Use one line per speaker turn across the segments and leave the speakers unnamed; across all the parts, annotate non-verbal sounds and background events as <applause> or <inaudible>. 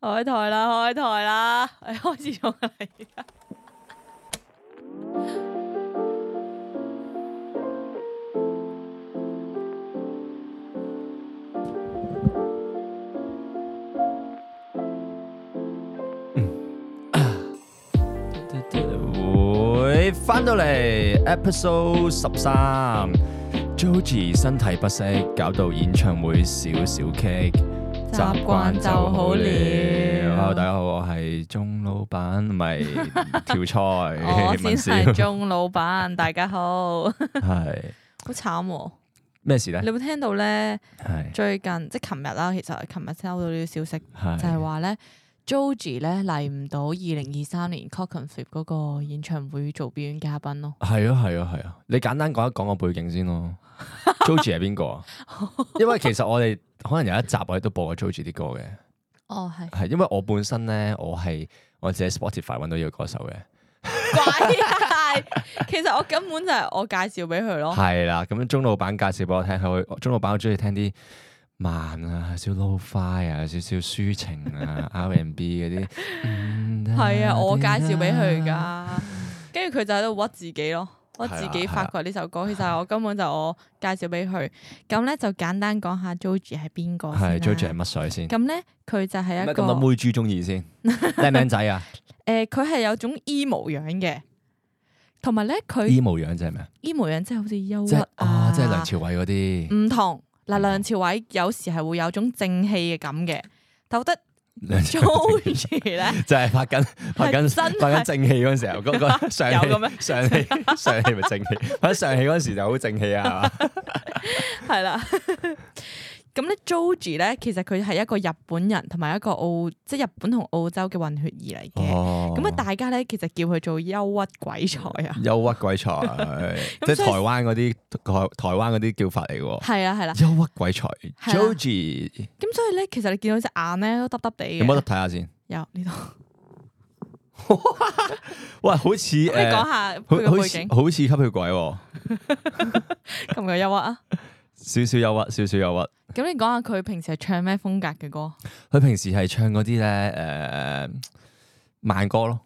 開台啦，開台啦， <laughs> 哎開始咗 <laughs> 啦，而家
會翻到嚟 episode 十三，Joji 身體不適，搞到演唱會少少 kick，
習慣就好了
Hello，大家好，我係鐘老闆，
<laughs>
唔係跳菜，
哦我先
文少
係鐘老闆，大家好， <laughs> 好
係
慘喎！
咩事
你
咧？
有冇聽到咧？
係
最近即係琴日啦，其實琴日收到呢啲消息，
係
就係話咧 Joji 咧嚟唔到二零二三年 Clockenflap 嗰個演唱會做表演嘉賓咯。
係啊係啊係啊！你簡單講一講個背景
<laughs>
先咯。Joji 係邊個啊？因為其實我哋可能有一集我哋都播過 Joji 啲歌嘅。
哦， <laughs> 係
係因為我本身咧，我係我自己 Spotify 揾到呢個歌手嘅，
怪，其實我根本就係我介紹俾佢咯。
係啦。咁鐘老闆介紹俾我聽，佢鐘老闆好中意聽啲慢啊，少 low fi 啊，少少抒情啊 R&B 嗰啲。嗯
<laughs> 係啊，我介紹俾佢。噶，跟住佢就喺度屈自己咯，屈自己
係啦係
發
啦
掘呢首歌。其實我根本就我介紹俾佢，咁咧就簡單講下 Joji 係邊個先啦
係 Joji 係乜水先？
咁咧佢就係
乜
一
咁多
個
妹豬中意先？靚唔靚
<laughs>
仔啊
誒，佢係有種 emo 樣嘅，同埋咧佢
？emo 樣即係咩啊？
emo 樣即係好似憂
即係
鬱
哦
啊，，
即係梁朝偉嗰啲。
唔同嗱。梁朝偉有時係會有種正氣嘅感嘅，但我覺得
梁朝偉
Joji 咧。
就係拍緊拍緊
真係
拍緊正氣嗰陣時候，嗰
<laughs>
個上
有嘅
氣
咩
上氣上氣咪正氣，喺上氣嗰陣時就好正氣啊，係嘛？
系啦。咁咧，Joji 咧，其實佢係一個日本人同埋一個澳，即係日本同澳洲嘅混血兒嚟嘅。
哦
咁啊、大家咧其實叫佢做憂鬱鬼才啊。
憂鬱鬼才，即係
所以
台灣嗰啲台台灣嗰啲叫法嚟嘅喎。
係啦，係啦。
憂鬱鬼才
啦
Joji，
咁所以咧，其實你見到隻眼咧都耷耷地嘅。
有冇得睇下先？
有呢度？
喂，好似誒，
你講
好
下佢嘅
好
背
似
景，
好似吸血鬼喎，
咁嘅憂鬱啊。
少少憂鬱，少少憂鬱。
咁你講下佢平時係唱咩風格嘅歌？
佢平時係唱嗰啲咧誒慢歌咯，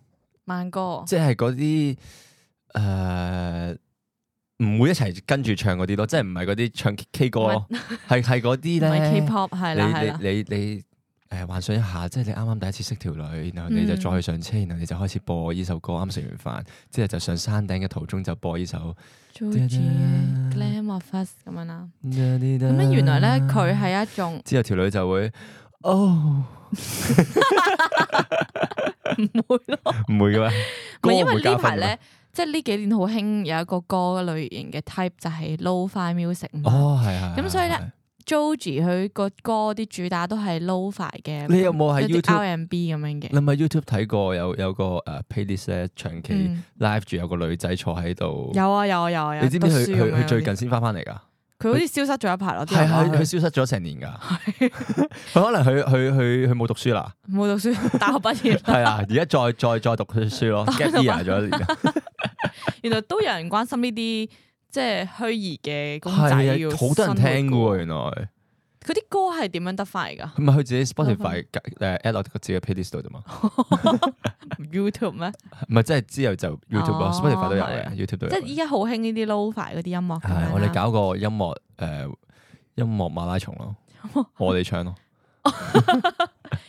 慢歌。
即係嗰啲誒唔會一齊跟住唱嗰啲咯，即係唔係嗰啲唱 K 歌咯，係係嗰啲
唔係
咧。
K-pop，係啦係啦
你，你你你誒幻想一下，即係你啱啱第一次識條女，然後你就
嗯
再去上車，然後你就開始播呢首歌。啱食完飯之後就上山頂嘅途中就播呢首。
Joji 嘅 Glam of Us 咁樣啦。咁咧原來咧佢係一種
之後條女就會哦，
唔會咯。
唔會嘅咩？
<laughs> 唔
歌
係因
唔
為
會加
呢
分
排
嘅
咧
咩，，
即係呢幾年好興有一個歌類型嘅 type 就係 lo-fi music 嘛。
哦係係。
嗯咁所以咧
係，係
Joji 佢個歌啲主打都係 lo-fi 嘅，
你有冇喺
一啲
YouTube？
R&B 咁樣
你
嘅？
咪 YouTube 睇過有有個誒 playlist 咧，長期
嗯
live 住有個女仔坐喺度。
有啊有啊有啊！有
你知唔知佢
讀書咁樣
佢佢最近先翻翻嚟㗎？
佢好似消失咗一排咯，啲
係
人話
係，佢
佢
消失咗成年㗎。佢可能佢佢佢佢冇讀書啦，
冇讀書， <laughs> 大學畢業啦，
係啊，而家再再再讀佢書
<laughs>
咯，gap year 咗一年。
原來都有人關心呢啲即係虛擬嘅公仔
係
嘅
啊，好多人聽
生活嘅
㗎喎，原來佢
佢啲歌係點樣得翻嚟
<laughs>
㗎
咪佢自己 Spotify 誒 add 落自己嘅 playlist 度啫嘛，
？YouTube 咩？
唔係即係之後就 YouTube 咯
哦
，Spotify 都有嘅
係
，YouTube 都有
即係依
嘅。
家好興呢啲 lo-fi 嗰啲音樂咁樣啊啦。
係我哋搞個音樂誒音樂馬拉松
<laughs>
咯，我哋唱咯。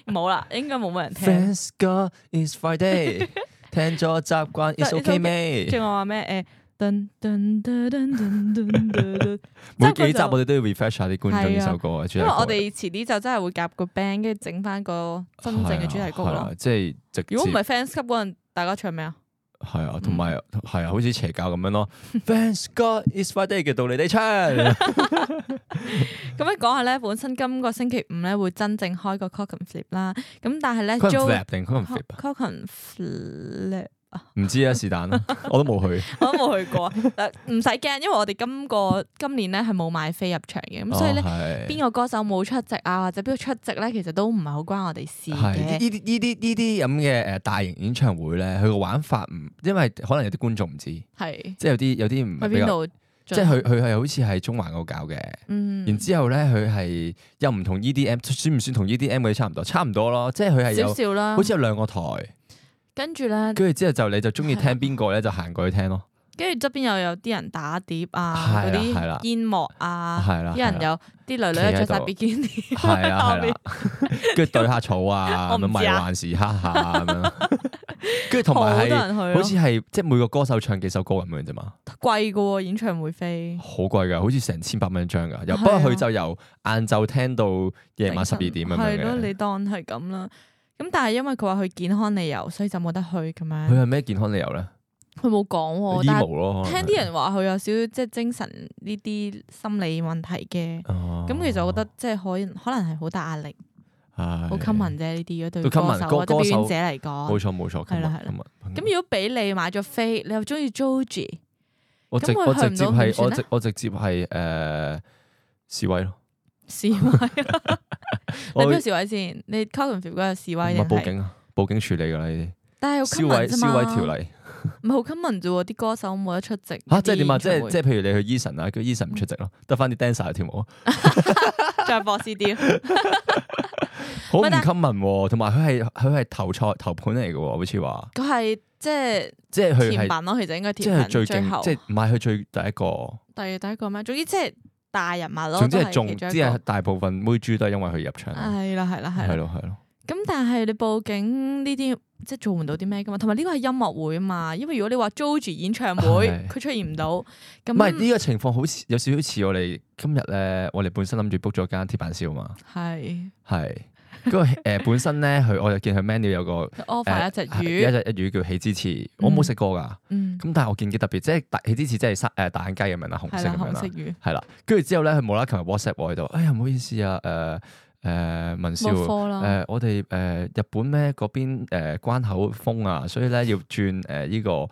冇啦，應該冇乜人聽。
Thanks God it's
<laughs>
Friday，聽咗習慣
It's
it's okay
okay <laughs>
未？
仲我話咩？誒，噔噔噔噔噔噔噔
<laughs>
噔，
每幾
即係佢
集
就
我哋都要 refresh 下啲觀眾呢首歌啊，主
因為
題曲
我哋遲啲就真係會夾個 band，跟住整翻個真正嘅主題曲
係啊係
咯
啊。即係直接
如果唔係 fans club 嗰陣，大家唱咩啊？
係啊，同埋係啊，好似邪教咁樣咯。Thanks God is Friday 嘅道
<laughs>
理你唱，
咁樣講下咧，本身今個星期五咧會真正開個 Cocken Flip 啦。咁但係咧
佢唔
Jo
flap 定佢唔 flap 啊？
Cocken Flip。 <laughs>
唔知啊，是但啦，我都冇去。
我都冇去過， <laughs> 嗱唔使驚，因為我哋今個今年咧係冇買飛入場嘅，
哦
咁所以咧
咧
邊個歌手冇出席啊，或者邊個出席咧，其實都唔係好關我哋事嘅
係呢。啲呢啲呢啲咁嘅誒大型演唱會咧，佢個玩法唔，因為可能有啲觀眾唔知，即
係
係有啲有啲唔
去
係比
邊
較
度
即係佢佢係好似係中環嗰度搞嘅。
嗯，
然之後咧，佢係又唔同 EDM，算唔算同 EDM 嗰啲差唔多？差唔多咯，即係佢係
少啊
有
少啦
好，似有兩個台，
跟住咧，
跟住之後就你就中意
係啊
聽邊個咧，就行過去聽咯。
跟住側邊又有啲人打碟啊，
係
嗰
啦係啦
啲煙幕啊，
係啦
啲人有啲女
企喺
女着
度
晒比基尼
係
喺
啊
<laughs> 後
係
面
啦，，跟住對下草啊，
<laughs> 我
咁
唔
樣迷
知啊
幻時刻啊咁樣，跟住同
好
埋
多
係
人去咯，
好似係即係每個歌手唱幾首歌咁樣啫嘛，
貴噶喎演唱會飛，
好貴㗎，好似成千百蚊一張㗎。又
係啊
不過佢就由晏晝聽到夜晚十二點咁樣
係咯，你
嘅。
當係咁啦。咁但係因為佢話佢健康理由，所以就冇得去咁
佢
樣。
係咩健康理由咧
佢冇講喎，但係
？emo 啊咯，可
聽
能
啲人話佢有少少即係精神呢啲心理問題嘅。
哦
咁其實我覺得即係可能可能係好大壓力，
係
好啊 common 啫呢啲，如果對
都
歌
common，
手
歌
或者表
歌
演
手嗯
者嚟
冇
講。
錯冇錯，啊
係啦係啦咁如果俾你買咗飛，你又中意 Joji，
<laughs> 我直
咁佢
我
去
直
唔
接
到點
係
算
我
咧
直我直接係誒示威咯，
示威啊！你
我
邊
唔
個示威先？你 Cottonfield 嗰日示威定
係報
係？
警啊，報警處理㗎啦呢
但
啲，
係
消
好 common
毀
啫
消
嘛，
毀條例
唔係好 common 啫喎，啲歌手冇得出席。
嚇，即係點啊？即係
係
即係譬如你去 Eason 啊，跟住
嗯
Eason 唔出席咯，得翻啲 dancer 去跳舞，
<laughs> 再播 CD，
好唔
咪但
common 喎，同埋佢係佢係頭菜頭盤嚟嘅喎，好似話，
佢係即係
即係佢
甜
係
品咯，其實應該
即
甜
係
品。
最
最後
勁，即係唔係佢最第一個，
第第一個咩？總之即係大人物咯，
總之
都
係中，
其中一
即係
個。
大部分妹豬都係因為佢入場，
係啦，係啦，係
係
啦。
咯係咯，
咁但係你報警呢啲即係做唔到啲咩噶嘛？同埋呢個係音樂會啊嘛，因為如果你話 Joji 演唱會，
係
佢出現唔到，
唔係
咁
呢個情況好似有少少似我哋今日咧，我哋本身諗住 book 咗間鐵板燒嘛。
係
係。
<laughs>
嗰個誒本身咧，佢我就見佢 menu 有個
offer 一隻
係一
魚，
隻一魚叫起之翅，我冇食過㗎。
嗯，
咁但係我見幾特別，即係大起之翅即係生誒大眼雞咁樣啦，紅
係
色
啦，
咁樣
紅
啦
色，魚，
係啦。跟住之後咧，佢無啦啦琴日 WhatsApp 我喺度，哎呀唔好意思啊，誒誒文少，
冇
誒
科啦，
我哋誒日本咧嗰邊誒關口封啊，所以咧要轉誒呢個誒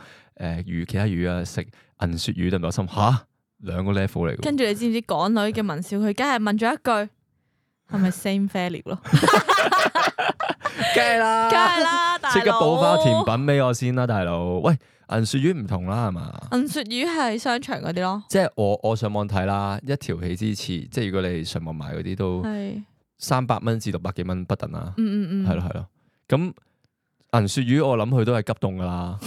魚其他魚啊，食銀鱈魚得唔得？我心吓兩個 level 嚟㗎
跟住你知唔知港女嘅文少佢梗係問咗一句係咪 same value
<laughs>
咯？
喎，梗係啦
梗係啦，大佬
即刻補翻甜品俾我先啦，大佬。喂，銀鱈魚唔同啦，係嘛？
銀鱈魚係商場嗰啲咯，
即係我我上網睇啦，一條起之翅，即係如果你上網買嗰啲都
係，
三百蚊至六百幾蚊不等啦
嗯，嗯嗯，
係咯係咯。咁銀鱈魚我諗佢都係急凍噶啦，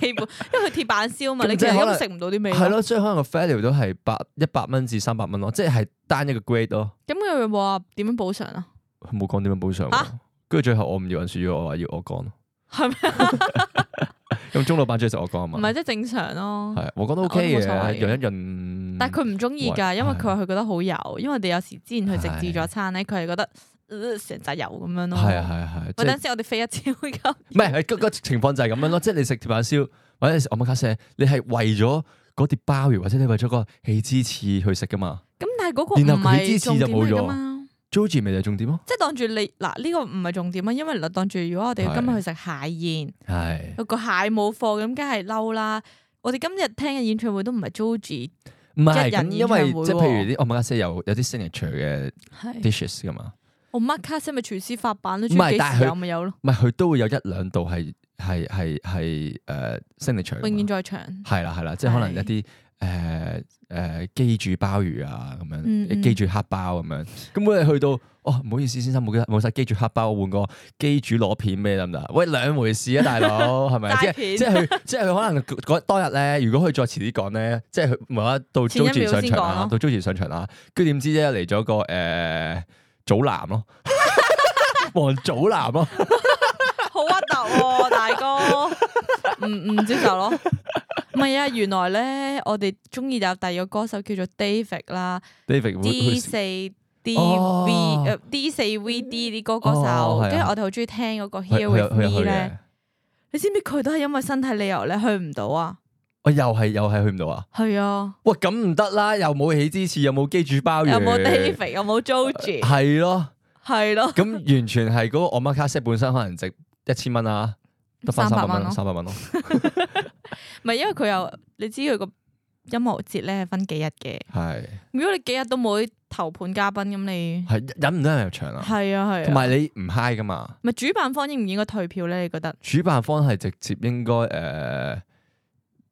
基本，因為佢鐵板燒嘛，
咁
你
即
其實
係可
根本
能
食唔到啲味。
係，咯，所以可能個 value 都係百一百蚊至三百蚊咯，即係單一個 grade 咯。
咁佢有冇話點樣補償啊？
佢冇講點樣補償喎
嚇，
跟住最後我唔要銀鱈魚，我話要我講，
係咪？
<laughs> 咁鐘老闆中意食我講啊嘛
唔，係即係正常咯。
係啊我講都
我都
OK
冇所謂
嘅，
嘅
潤一潤。
但係佢唔中意㗎，
喂
因為佢話佢覺得好油，因為我哋有時之前去直
係
至咗餐咧，佢係覺得呃成扎油咁樣咯。
係啊係啊係啊，
喂，
即
等
係
陣先，我哋飛一超
<laughs>
級。
唔係，係嗰個情況就係咁樣咯，即係你食鐵板燒或者你食我媽卡西，你係為咗嗰碟鮑魚或者你為咗個起枝翅去食噶嘛
咁但係嗰個
然
唔
後佢支
係
持
重
就
點
冇
嚟
咗
㗎嘛。
？Joji 咪就係重點咯，
即係當住你嗱呢個唔係重點啊，因為當住如果我哋今日去食蟹宴，
係
有個蟹冇貨咁，梗係嬲啦。我哋今日聽嘅演唱會都唔係 Joji，
唔係
一人
咁？因
演唱會
為
喎
即係譬如啲我媽卡西有有啲 signature 嘅
係
dishes 噶嘛，
我 m a r 咪廚師發辦都
唔
中
係
意幾
但係
時
佢
有咪有咯，
唔係佢都會有一兩道係係係係誒 signature 㗎嘛
永遠在場。
係啦係啦，即係可能一
係
啲誒誒機煮鮑魚啊咁
嗯
樣，
嗯
機煮黑包咁樣。咁我哋去到哦，唔好意思先生，冇冇曬機煮黑包，我換個機煮螺片咩得唔得？喂，兩回事啊，大
<laughs>
佬係咪？即
齋
係
片
即係佢即係佢可能嗰當日咧，如果佢再遲啲講咧，即係佢無啦啦到
前一
Joji
秒
上
先
場
講
啦
咯，
到 Joji 上場啦，跟住點知咧嚟咗個誒祖
<laughs>
藍咯，黃祖藍咯。
好核突喎，大哥，
<laughs>
唔唔接受咯。唔係啊，原來咧，我哋中意有第二個歌手叫做 David 啦
David 會
，D
會
四 D
哦
V 呃 D 四 V D 啲歌歌
哦
手，
係啊啊
跟住我哋好中意聽嗰個
佢
Here
有
With
佢有去
Me 咧
嘅，，
你知唔知佢都係因為身體理由咧去唔到啊？
我哦又係又係去唔到啊！
係啊，
喂，咁唔得啦，又冇起之翅，又冇機煮鮑魚，
有冇 David 有冇 Joji
<laughs> 係咯，
係咯，
咁完全係嗰個 omakase 本身可能值一千蚊啊，得翻三百蚊，三百蚊咯，
唔係因為佢有你知佢個音樂節咧係分幾日嘅，
係
如果你幾日都冇啲頭盤嘉賓咁你
係忍唔得人入場啊，
係啊係啊
同。埋你唔 high 噶嘛，
咪主辦方應唔應該退票咧？你覺得
呃主辦方係直接應該誒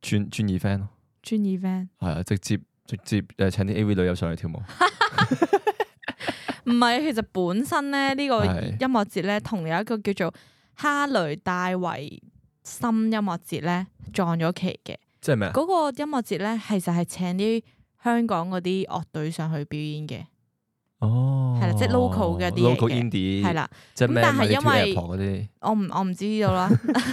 轉轉二 friend 咯，
專 event，
係啊，直接直接誒請啲 A.V. 女友上嚟跳舞，
唔係其實本身咧呢、個
係
音樂節咧，同有一個叫做哈雷戴維森音樂節咧撞咗期嘅。
即係咩啊？
嗰個音樂節咧，其實係請啲香港嗰啲樂隊上去表演嘅，
哦，
係啦即係 local 嘅啲嘢嘅
local indie
係啦。
即係
咁
咩啊
但係
Mighty
因為
Apple 嗰啲，
我唔我唔知
<laughs>
道啦， <laughs>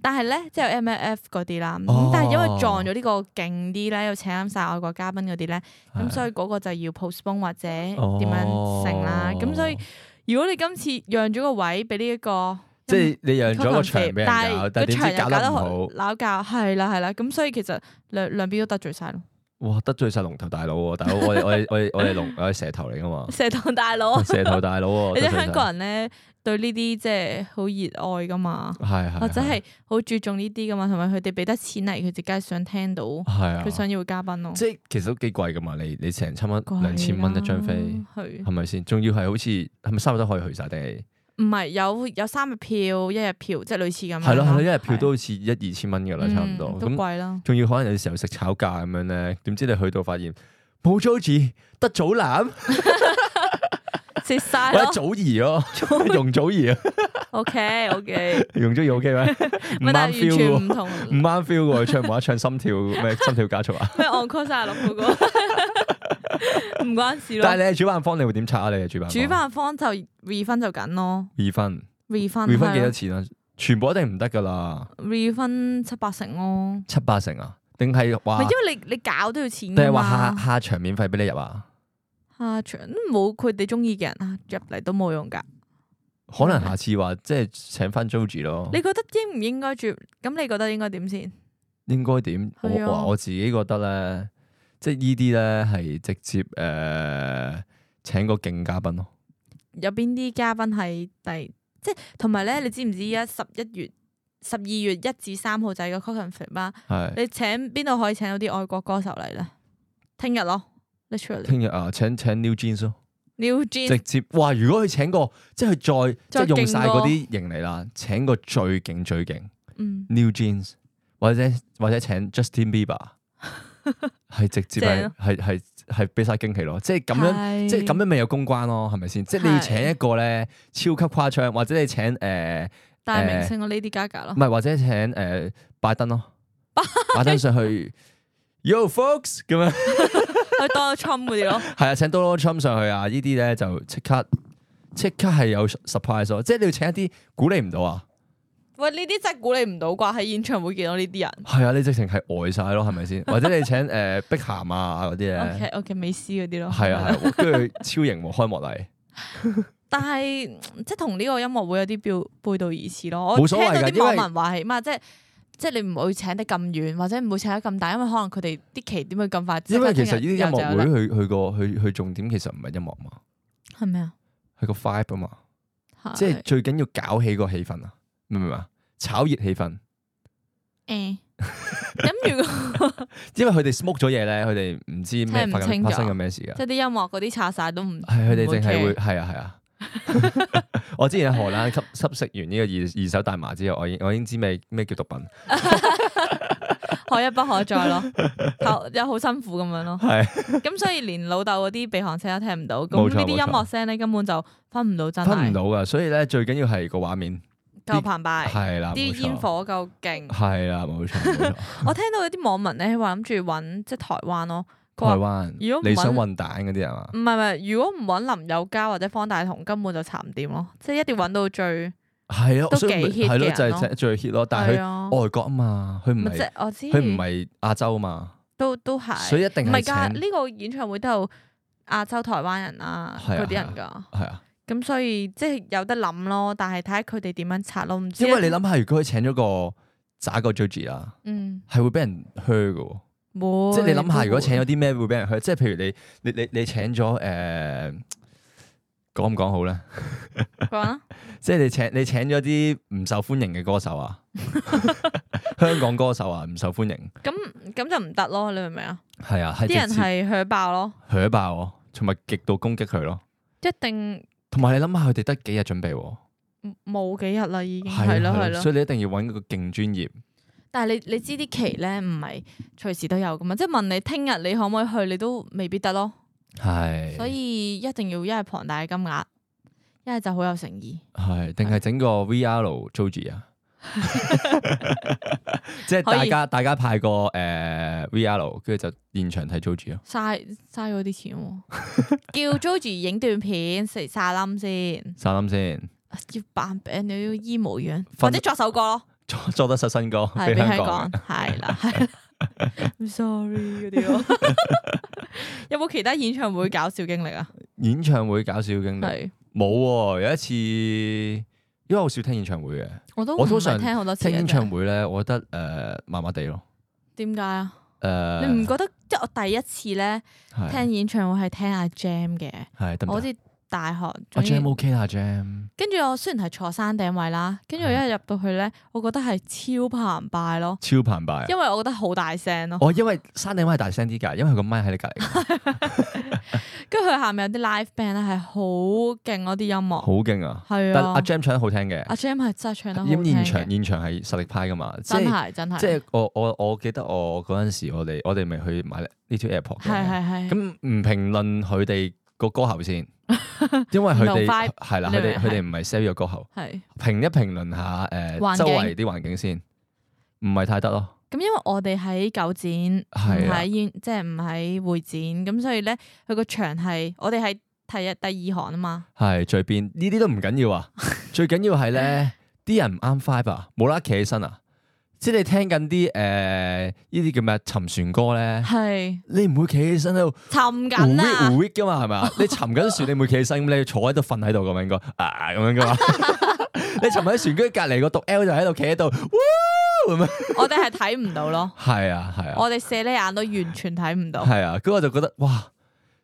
但係咧即係有 MLF 嗰啲啦，咁、
哦
但係因為撞咗呢個勁啲咧，又請啱晒外國嘉賓嗰啲咧，咁所
以
以嗰個就要 postpone 或者點
哦
樣成啦，咁、所以如果你今次讓咗個位俾呢一個，
即係你讓
音樂
咗個場俾人搞，但係
但係個
點
場
知
又
搞
搞
得
得
唔
好
好，
鬧交，係啦係啦，咁所以其實兩兩邊都得罪晒咯，
哇！得罪晒龍頭大佬喎，大佬我哋我哋我哋我哋龍我哋蛇頭嚟
<laughs>
噶嘛，
石堂大
<laughs>
佬，
蛇頭大佬喎，
<laughs> 你
得
啲
罪晒
香港人咧對呢啲即係好熱愛噶嘛，
係係
或者係好注重呢啲噶嘛，同埋佢哋俾得錢嚟，佢哋梗係想聽到。
係啊
佢，想要嘉賓咯，
即係其實都幾貴噶嘛，你你成千蚊
貴啦啊
兩千蚊一張飛。
係
係咪先？仲要係好似係咪三日都可以去晒定係？
唔係有有三日票、一日票，即係類似咁樣。
係咯係咯，一日票都好似一二千蚊㗎啦，
嗯
差唔多。
都
咁
貴
<laughs>
啦。
仲要可能有時候食炒價咁樣咧，點知你去到發現冇 Joji 得祖藍
蝕晒
或者
咯。
祖
<laughs>
兒咯， <laughs> 容祖兒啊，
OK OK，
容祖兒 OK
<laughs>
咩？唔
咪但
啱
係完全
feel
唔
喎，
同。
唔啱 feel 喎，唱冇一唱心跳咩
<laughs>
心跳加速啊！
咩 encore 三十六嗰個 <laughs> 唔關事
但
咯。
係你係主辦方，你會點拆啊？你係主
啊
辦方
主辦方就 refund 就緊咯
二分
，refund
二分幾
係
多
咯
錢啊？全部一定唔得㗎啦，
refund 七八成咯。
七八成啊？定係
咪
話
因為你你搞都要錢
定
㗎
係話
嘛
下。下場免費俾你入啊？
下場冇佢哋中意嘅人啊，入嚟都冇用㗎。
哦可能下次話即係請翻 Joji 咯
你，覺得應唔應該住？咁你覺得應該點先？
應該點？我
係啊
話我自己覺得咧，即係呢啲咧係直接誒、呃、請個勁嘉賓咯。
有邊啲嘉賓係第即係同埋咧，你知唔知而家十一月、十二月一至三號就係個 Cotton 啊 Fit 啦？
係，
你請邊度可以請到啲外國歌手嚟咧？聽日咯，literally
聽日啊請請 New Jeans 咯，
New Jeans
直接哇！如果佢請個即係佢再
再
即係用晒
勁過
嗰啲型嚟啦，請個最勁最勁
嗯
New Jeans，或者或者請 Justin
<laughs>
Bieber，係直接係
正啊
係係係俾晒驚喜咯，即係咁樣。
係
即係咁樣咪有公關咯，係咪先？即係你要請一個咧超級誇張，或者你請
哦
誒
大明星我 Lady Gaga
唔
咯，
係，或者請誒、呃拜登咯，拜登上去，Yo folks 咁
<laughs>
樣，
去 Donald Trump 嗰啲咯，
係啊，請 Donald Trump 上去啊，呢啲咧就即刻即刻係有 surprise 咯，即係你要請一啲估你唔到啊，
喂呢啲真係估你唔到啩？喺現場會見到呢啲人
係啊，你直情係呆晒咯，係咪 <laughs> 先？或者你請誒、呃碧咸啊嗰啲
，OK
咧，
OK 美斯嗰啲咯，
係啊係啊，跟住超型喎開幕禮，
但係即係同呢個音樂會有啲表背道而馳咯。我聽
冇所謂㗎
到啲
因為
網民話係嘛，即係即係你唔會請得咁遠，或者唔會請得咁大，因為可能佢哋啲期點會咁快。
<laughs> 因為其實呢
即
啲
刻聽
音
日有
樂
就有
會
啦
佢佢個佢佢重點其實唔係音樂嘛，
係咪啊？
係個 vibe 啊嘛。即係
係
最緊要搞起個氣氛啊，明唔明啊？炒熱氣氛，
誒咁，如果
因為佢哋 smoke 咗嘢咧，佢哋唔知咩
聽唔
發緊
清
發
咗
生緊咩事啊
即。係啲音樂嗰啲拆晒都唔
係佢哋淨係會
會
係啊係啊。 <laughs> 我之前喺荷蘭吸吸食完呢個二二手大麻之後，我已我已經知咩咩叫毒品，
哦可一不可再
<laughs>
咯，頭又好辛苦咁樣咯。
係
咁所以連老豆嗰啲鼻鼾聲都聽唔到，
冇
咁
錯
呢啲音
冇錯
樂聲咧根本就分唔到真
分唔
係
到噶。所以咧最緊要係個畫面
夠澎湃，
係啦，冇
啲煙
錯，
火夠
<laughs>
勁。
係啦，冇錯
<laughs>
冇錯。
我聽到有啲網民咧話諗住揾即係台灣咯，佢
台
話嗯
灣，
如果唔
你想
搵
混蛋嗰啲係嘛？
唔係唔係，如果唔揾林宥嘉或者方大同，根本就查唔掂咯，即係一定要揾到最
係啊，
都
所以咪
幾 hit
係咯，
嘅
就
人
係最 hit 咯。但
係
係
啊，
佢外國啊嘛，佢唔
咪即
係
係我知
佢唔係亞洲啊嘛，
都都
所
係
以一定
唔
係
係
請
㗎？呢個演唱會都有亞洲台灣人啊
係啊
嗰啲人㗎，
係啊。
咁所以即係有得諗咯，但係睇下佢哋點樣拆咯，唔知
因為你諗下，如果佢請咗個渣個 Joji 啦，
嗯
係會俾人 hurt 嘅
會
喎，即係你諗下，
都
如果
嗯會
請咗啲咩會俾人 hurt，即係譬如你你你你請咗誒講唔講好咧？
<laughs> 講啦，
<laughs> 即係你請你請咗啲唔受歡迎嘅歌手啊， <laughs> 香港歌手啊，唔受歡迎，
咁咁就唔得咯，你明唔明啊？
係啊，係
啲人
直接
係佢爆咯，
hurt 爆我，同埋極度攻擊佢咯。
一定
同埋你諗下，佢哋得幾日準備喎？
冇幾日啦，已經
係
係咯
啊
係
係啊
咯
所。以你一定要揾個勁專業，
但係你你知啲期咧唔係隨時都有噶嘛，即係問你聽日你可唔可以去，你都未必得咯。
係，
所以一定要一係龐大嘅金額，一係就好有誠意。
係定係整個 VR Joji 啊？ <laughs> 即係
可
大
以
家大家派個誒、呃 VR，跟住就現場睇 Joji 咯。
嘥嘥咗啲錢喎， <laughs> 叫 Joji 影段片食沙冧先，
稍諗先， <laughs>
要扮病你要醫模樣，或
分
者作首歌咯，
作作得失新歌
係
俾
俾
香
香港，。
港
係啦，係啦 I'm sorry 嗰啲咯。 <laughs> 有冇其他演唱會搞笑經歷啊？
演唱會搞笑經歷
係，
冇喎，有一次，因為好少聽演唱會嘅，
我啊都
我
我
通
通
常
常聽好多次
聽
嘅
演唱會咧，我覺得誒呃麻麻地咯，
點解啊？
誒
你唔覺得即係我第一次咧
係
聽演唱會係聽阿 Jam 嘅，
係得
我
唔
好
得？
似大學
阿
總之
Jam OK 啦，Jam
跟住我雖然係坐山頂位啦，跟住我一入到去咧，我覺得係超澎湃咯，
超澎湃啊。
因為我覺得好大聲咯。
我因為山頂咪大聲啲㗎，因為佢個咪喺你隔離，
<laughs> 跟住佢下面有啲 live band 咧係好勁嗰啲音樂，
好勁啊！
係
但
啊
阿。Jam 唱得好聽嘅，
阿 Jam 係真係唱得好聽
咁現場
嘅，
現場係實力派㗎嘛，即
真
係
係真係，
即
係
係我我我記得我嗰陣時，我哋我哋咪去買呢條 AirPod 嘅，
係係。
咁唔評論佢哋個歌喉
<laughs>
先，因為佢
唔同
哋
vibe，
係啦，
你
佢
明
哋
唔明
佢哋唔係 sell 咗歌喉。
係
評一評論下誒、呃
環
周
境
圍啲環境先，唔係太得
<laughs>
咯。
咁，因為我哋喺九展，唔
係啊
喺演，即係唔喺會展，咁所以咧佢個場係我哋喺第一第二行啊嘛，
係最邊呢啲都唔緊要啊，最緊要係咧啲人唔啱 five 啊，冇啦啦企起身啊，即係你聽緊啲誒呢啲叫咩沉船歌
<laughs>
咧，
係
你唔會企起身喺度
沉
胡
緊
<laughs> w
啊，
胡 w 噶嘛，
<laughs>
係咪啊？你沉緊船，你唔會企起身，咁你坐喺度瞓喺度咁樣應該啊咁
<laughs>
樣噶嘛。 <laughs> 你沉喺船，跟住隔離個讀 L 就喺度企喺度，哇咁樣。
我哋係睇唔到咯，
係啊係啊。
我哋射呢眼都完全睇唔到。
係啊，跟住我就覺得哇，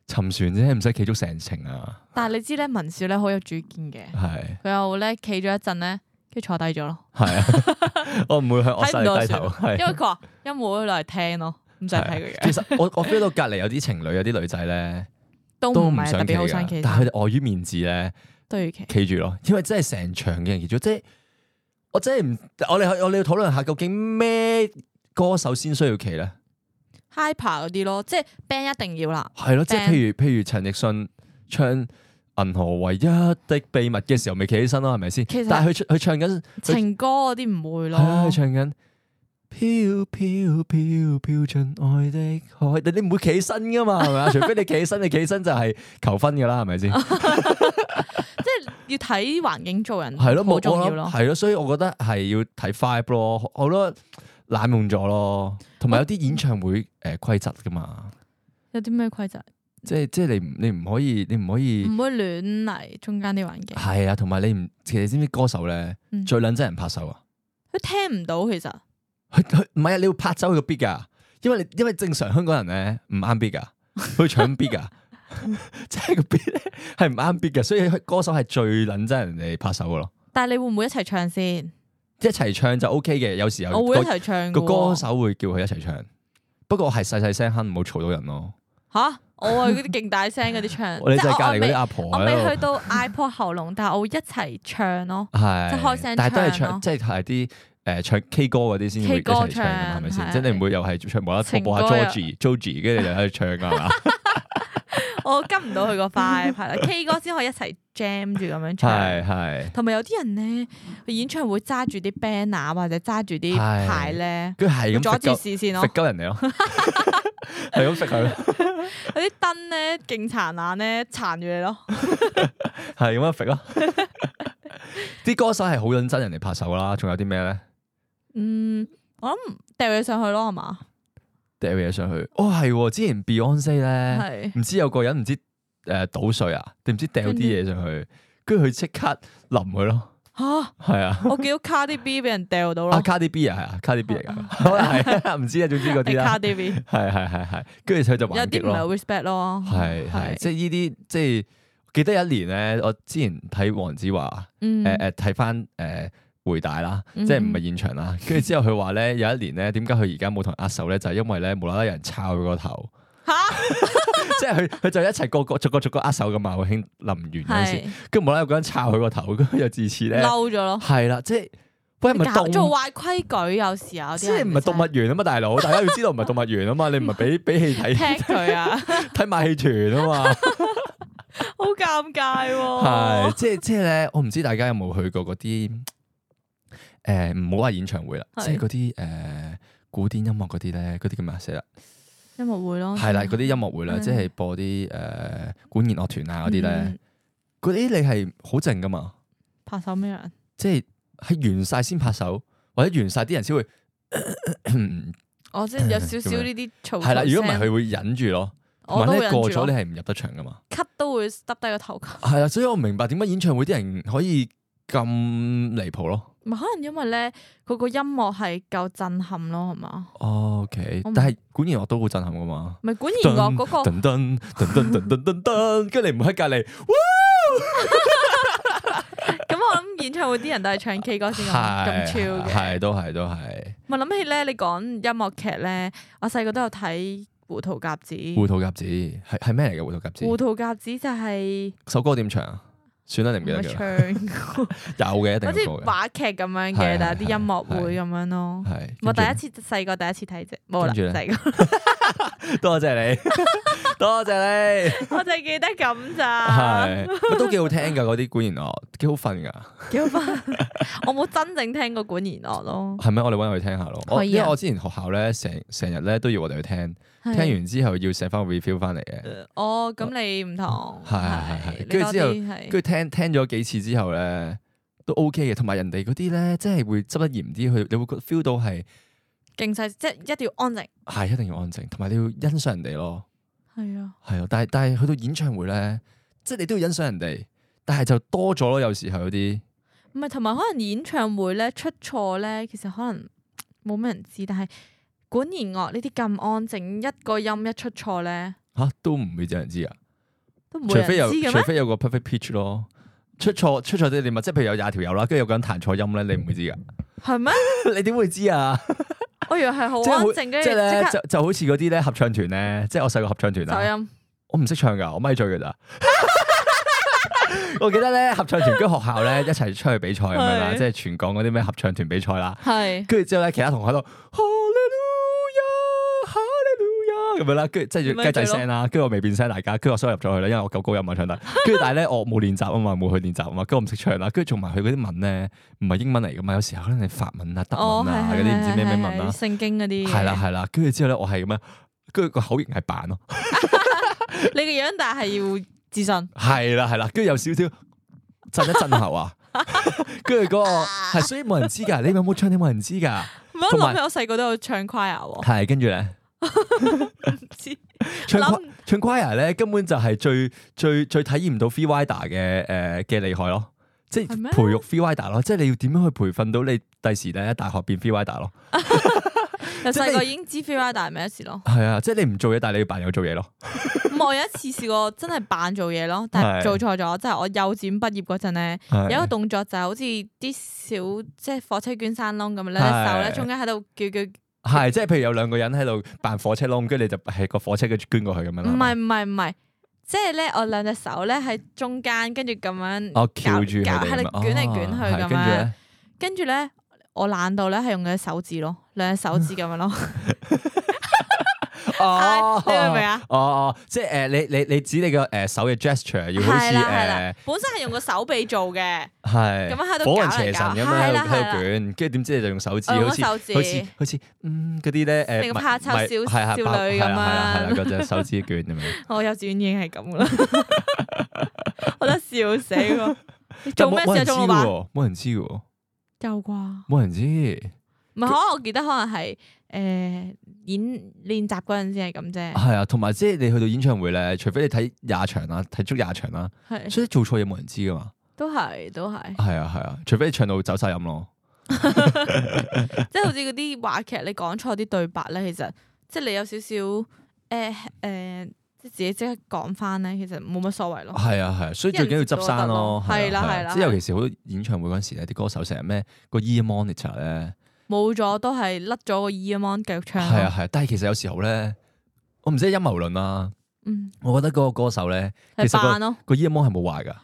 沉船啫，唔使企足成程啊，
但係你知咧，文少咧好有主見嘅，
係
佢又咧企咗一陣咧，跟住坐低咗咯，
係啊，
<laughs>
我唔會向 <laughs> 我
睇唔到
細低頭，
因
係。
為佢話音樂攞嚟聽咯，唔使睇佢
其
嘅，
實我我 feel 到隔離有啲情侶有啲女仔咧
都
都
唔
唔
係特
想企
別好生
嘅，
企，
但係佢哋礙於面子咧
都要企。
企住咯，因為真係成場嘅人企住，即係我真係唔，我哋我哋要討論下究竟咩歌手先需要企咧？
hyper 嗰啲咯，即係 band 一定要啦，
係咯，即係
Band
譬如譬如陳奕迅唱。銀河唯一的秘密嘅時候，未企起身咯，係咪先
其實？
但係佢佢唱緊佢
情歌嗰啲唔會
係
咯
佢，唱緊飄飄飄飄進愛的海，但你唔會企起身
<laughs>
噶嘛，係咪啊？除非你企起身，你企起身就係求婚噶啦，係咪先？
啊即係要睇環境做人，
係咯，冇
好
我
重要
諗
咯。
係咯，所以我覺得係要睇 five 咯，好多濫用咗咯，同埋有啲演唱會誒規則噶嘛，
有啲咩規則？
即係即係你唔你唔可以你唔可以
唔會亂嚟中間啲環境，
嗯係啊，同埋你唔其實你知唔知歌手咧
嗯
最撚憎人拍手啊？
佢聽唔到其實
佢佢唔係啊，你要拍走佢個 beat 噶，因為你因為正常香港人咧唔啱 beat 噶，佢搶 beat 噶，
嗯
即係個 beat 咧係唔啱 beat 嘅，所以歌手係最撚憎人哋拍手噶咯。
但係你會唔會一齊唱先？
一齊唱就 OK 嘅，有時候
我會一
個
齊唱嘅
個
喎
歌手會叫佢一齊唱，不過係細細聲哼，唔好嘈到人咯。
吓，我係嗰啲勁大聲嗰啲唱，
<laughs> 我哋
即
就
呃係
係隔
我
離嗰
未
啲阿婆啊
我未
喺
去
度，
到嗌破喉嚨，但係我會一齊唱咯。即係開
係
聲
但係都係
唱咯
唱，即係係啲誒唱 K 歌嗰啲先會
K
一
歌
齊唱
唱
㗎嘛，係咪先？
係
即係你唔會又係唱無啦啦播播下
情歌又
Georgie Georgie，跟住就喺度唱㗎係
<laughs>
嘛？
我跟唔到佢個 vibe
<laughs>
係啦，K 歌先可以一齊 jam 住咁樣唱。
係係。
同埋有啲人咧，佢演唱會揸住啲 banner 或者揸住啲
係
牌咧，
佢係
會
咁
阻
揈
住
鳩
視線咯
揈。鳩人哋
<laughs>
咯，係咁揈佢咯，
有啲燈咧勁殘眼咧，殘住你咯。
係咁樣揈咯。啲歌手係好認真人哋拍手啦，仲有啲咩咧？
嗯，我諗掉嘢上去咯，係嘛？
掉嘢上去，哦係喎，之前 Beyonce 咧，
係
唔知有個人唔知誒倒水啊，定唔知掉啲嘢上去，跟住佢即刻淋佢咯，
吓，
係啊，
我見到 Cardi B 俾人掉到
啊
咯，
Cardi B 啊，係啊，Cardi B 嚟㗎，可能係 <laughs> 唔知啊，總之嗰
係
啲啦，
Cardi B，
係係係係，跟住佢就
有
還擊
啲唔
咯。
係 respect 咯。
係係，
係
即係呢啲，即係記得有一年咧，我之前睇黃子華，
嗯
誒誒呃睇翻誒回帶啦，即
嗯
係唔係現場啦。跟住之後佢話咧，有一年咧，點解佢而家冇同人握手咧？就係因為咧，無啦啦有人抄佢個頭， <laughs>
吓，
即係佢佢就一齊個個逐個逐個握手噶嘛，好興臨完嗰陣時，
係
跟住無啦啦有個人抄佢個頭，跟住又自此咧，
嬲咗咯。
係啦，即係喂，唔係
搞
動
做壞規矩，有時有
即
啲
係
人
唔係動物
真係
園啊嘛，大佬，大家要知道唔係動物園啊嘛，你唔係俾俾戲睇
<laughs> 踢佢啊，
睇馬戲團啊嘛。
好尷尬喎。
係，即係即係咧，我唔知大家有冇去過嗰啲誒，唔好話演唱會啦，
係
即係嗰啲誒古典音樂嗰啲咧，嗰啲叫咩啊死啦？
音樂會咯，
係啦，嗰啲音樂會啦，
哦嗯
即係播啲誒管弦樂團啊嗰啲咧
嗯，
嗰啲你係好靜噶嘛，
拍手咩人？
即係係完晒先拍手，或者完晒啲人先會
我哦即係有少少
啊咁樣
呢啲嘈。
係啦。如果唔係，佢會忍住咯，同
我都
埋咧
忍
過
住咯
咗你係唔入得場噶嘛。
咳都會耷低個頭 <laughs> 㗎。
係啦，所以我明白點解演唱會啲人可以咁離譜咯。
唔係可能因為咧，佢個音樂係夠震撼咯，係嘛？
哦 OK，
我唔
但係管弦樂都好震撼噶嘛。
咪管弦樂嗰個
噔噔噔噔噔噔噔，跟住你唔喺隔離，
咁我諗演唱會啲人都係唱 K 歌先咁咁
係
chill 嘅。
係都係都係。
咪諗起咧，你講音樂劇咧，我細個都有睇《胡桃夾子》。
胡桃夾子係係咩嚟嘅？胡桃夾子
胡桃夾子就係
首歌點唱啊？算啦，你唔記
咪
得
唱
咗。 <laughs>
歌，
有嘅，一定
好
有
似
歌嘅。
話劇咁樣
係
嘅，但係啲
係
音樂會咁樣咯。
係。
我第
跟住
一次細個第一次睇啫，冇啦，
跟住呢
細個
多
<laughs>
謝你，多謝你。 <laughs>
我就係記得咁咋，
係都幾好聽㗎，嗰啲管弦樂幾好瞓㗎。
幾好翻。 <laughs> 我冇真正聽過管弦樂咯，
係咪？我哋揾佢聽下咯。我
可以啊
因為我之前學校咧，成成日咧都要我哋去聽，
係
聽完之後要寫翻個 review 翻嚟嘅。
哦，咁你唔同，
係係係
你
跟住
多
之後
啲係
跟住聽聽咗幾次之後咧，都 OK 嘅。同埋人哋嗰啲咧，即係會執得嚴啲，佢你會覺 feel 到係
勁細，即係一定要安靜。
係一定要安靜，同埋你要欣賞人哋咯。
係啊，
係啊，但係但係去到演唱會咧，即係你都要欣賞人哋，但係就多咗咯。有時候有啲
唔係同埋可能演唱會咧出錯咧，其實可能冇咩人知，但係管弦樂呢啲咁安靜，一個音一出錯咧，
吓、都唔會有人知噶，
都冇
除
人
非有
知嘅
除
咩？
非有個 perfect pitch 咯。出錯出錯啲你咪即係譬如有廿條友啦，跟住有個人彈錯音咧，你唔
<laughs>
會知噶，
係咩？
你點會知啊？
我以為係好
即係
安
好
靜，跟住
即係咧
即
就
刻
就好似嗰啲咧合唱團咧，即係我細個合唱團
走
啊，
音。
我唔識唱噶，我咪嘴噶咋。 <laughs> 我記得咧合唱團跟學校咧一齊出去比賽咁樣啦，
係
即係全港嗰啲咩合唱團比賽啦。
係
跟住之後咧，其他同學喺度哈利路亞，哈利路亞咁樣啦，跟住即係要雞仔聲啦，跟住我未變聲大家，跟住我所以入咗去啦，因為我夠高音
<laughs>
啊唱得，跟住但係咧我冇練習啊嘛，冇去練習啊嘛，跟住我唔識唱啦，跟住仲埋佢嗰啲文咧唔係英文嚟噶嘛，有時候可能係法文啊、德
哦，
文
係
啊
係
嗰啲唔知咩咩
係
文
係
啦，
聖經嗰啲嘢。
係啦係啦，跟住之後咧我係咁樣，跟住個口型係扮咯，
你嘅樣，但係要自信。
係啦係啦，跟住有少少震一震
<laughs>
喉啊，跟住嗰個係所以冇人知㗎，你有冇唱你冇人知㗎，
唔係
同
我
埋
諗起我細個都有唱 choir
<laughs>
喎，
係跟住咧。
唔知
唱
諗
choir- 唱 choir 咧，根本就係最最最體驗到 free rider 嘅誒嘅厲害咯，即
係
係
咩
培育 free rider 咯，即係你要點樣去培訓到你第時咧大學變 free rider 咯，
由
即係
細個
你
已經知 free rider 係咩事咯。
係啊，即係你唔做嘢，但係你要扮有做嘢咯，
唔係我有一次試過真係扮做嘢咯，但
係
係做錯咗，即係我幼稚園畢業嗰陣咧，
係
有一個動作就係好似啲小即係火車捲山窿咁樣咧，
係
手咧中間喺度叫叫，
係即係譬如有兩個人喺度扮火車窿，跟住你就係個火車跟住捐過去咁樣啦，
唔係唔
係嘛
係唔係，即係咧我兩隻手咧喺中間，跟住咁樣
哦
搞
翹住佢
搞
哋
喺
咁樣
度捲嚟捲
哦
去咁
係跟住
樣，
咧
跟住咧我懶到咧係用佢手指咯，兩隻手指咁樣咯，
哦，
你明唔明啊？
哦哦，即係誒你你你指你個誒手嘅 gesture 要好似
係啦係啦
誒。，
本身係用個手臂做嘅，
係
咁樣喺度
火
搞
雲
嚟
邪神
搞
咁樣
係
喺
啦
度
係
喺度
啦
捲，跟住點知你就用手指，
我用
好似
手指
好似好似嗯嗰啲咧誒，
成個
咪
怕醜
咪
小
係啊
少
包
女
係啦係啦
咁
係啦嗰隻手指捲咁樣。
哦我幼稚園已經係咁噶啦，
<laughs>
我都笑死我。你 <laughs> 做咩事啊，
但
鐘老
冇
闆？
冇人知喎，冇人知喎，
有啩？
冇人知。
唔係，可能我記得可能係誒、呃演練習嗰陣先係咁啫，
係啊，同埋即係你去到演唱會咧，除非你睇廿場啦，睇足廿場啦，
係
所以做錯嘢冇人知噶嘛。
都係都
<laughs>
係，
係啊係啊，除非你唱到走晒音咯。
即係好似嗰啲話劇，你講錯啲對白咧，其實即係你有少少誒誒，即係自己即刻講翻咧，其實冇乜所謂咯。
係啊係啊，所以最緊要執生咯。
哦一人接到就得
係
咯係
啊
啦
係
係
啊
啦
即係尤其是好多演唱會嗰陣時咧，啲歌手成日咩個 ear monitor 咧。
冇咗都係甩咗個 ear mon 繼續唱咯。
係啊係啊，但係其實有時候咧，我唔知係陰謀論啊啦。
嗯，
我覺得嗰個歌手咧，其
係
實個
扮咯，
個 earphone 係冇壞噶，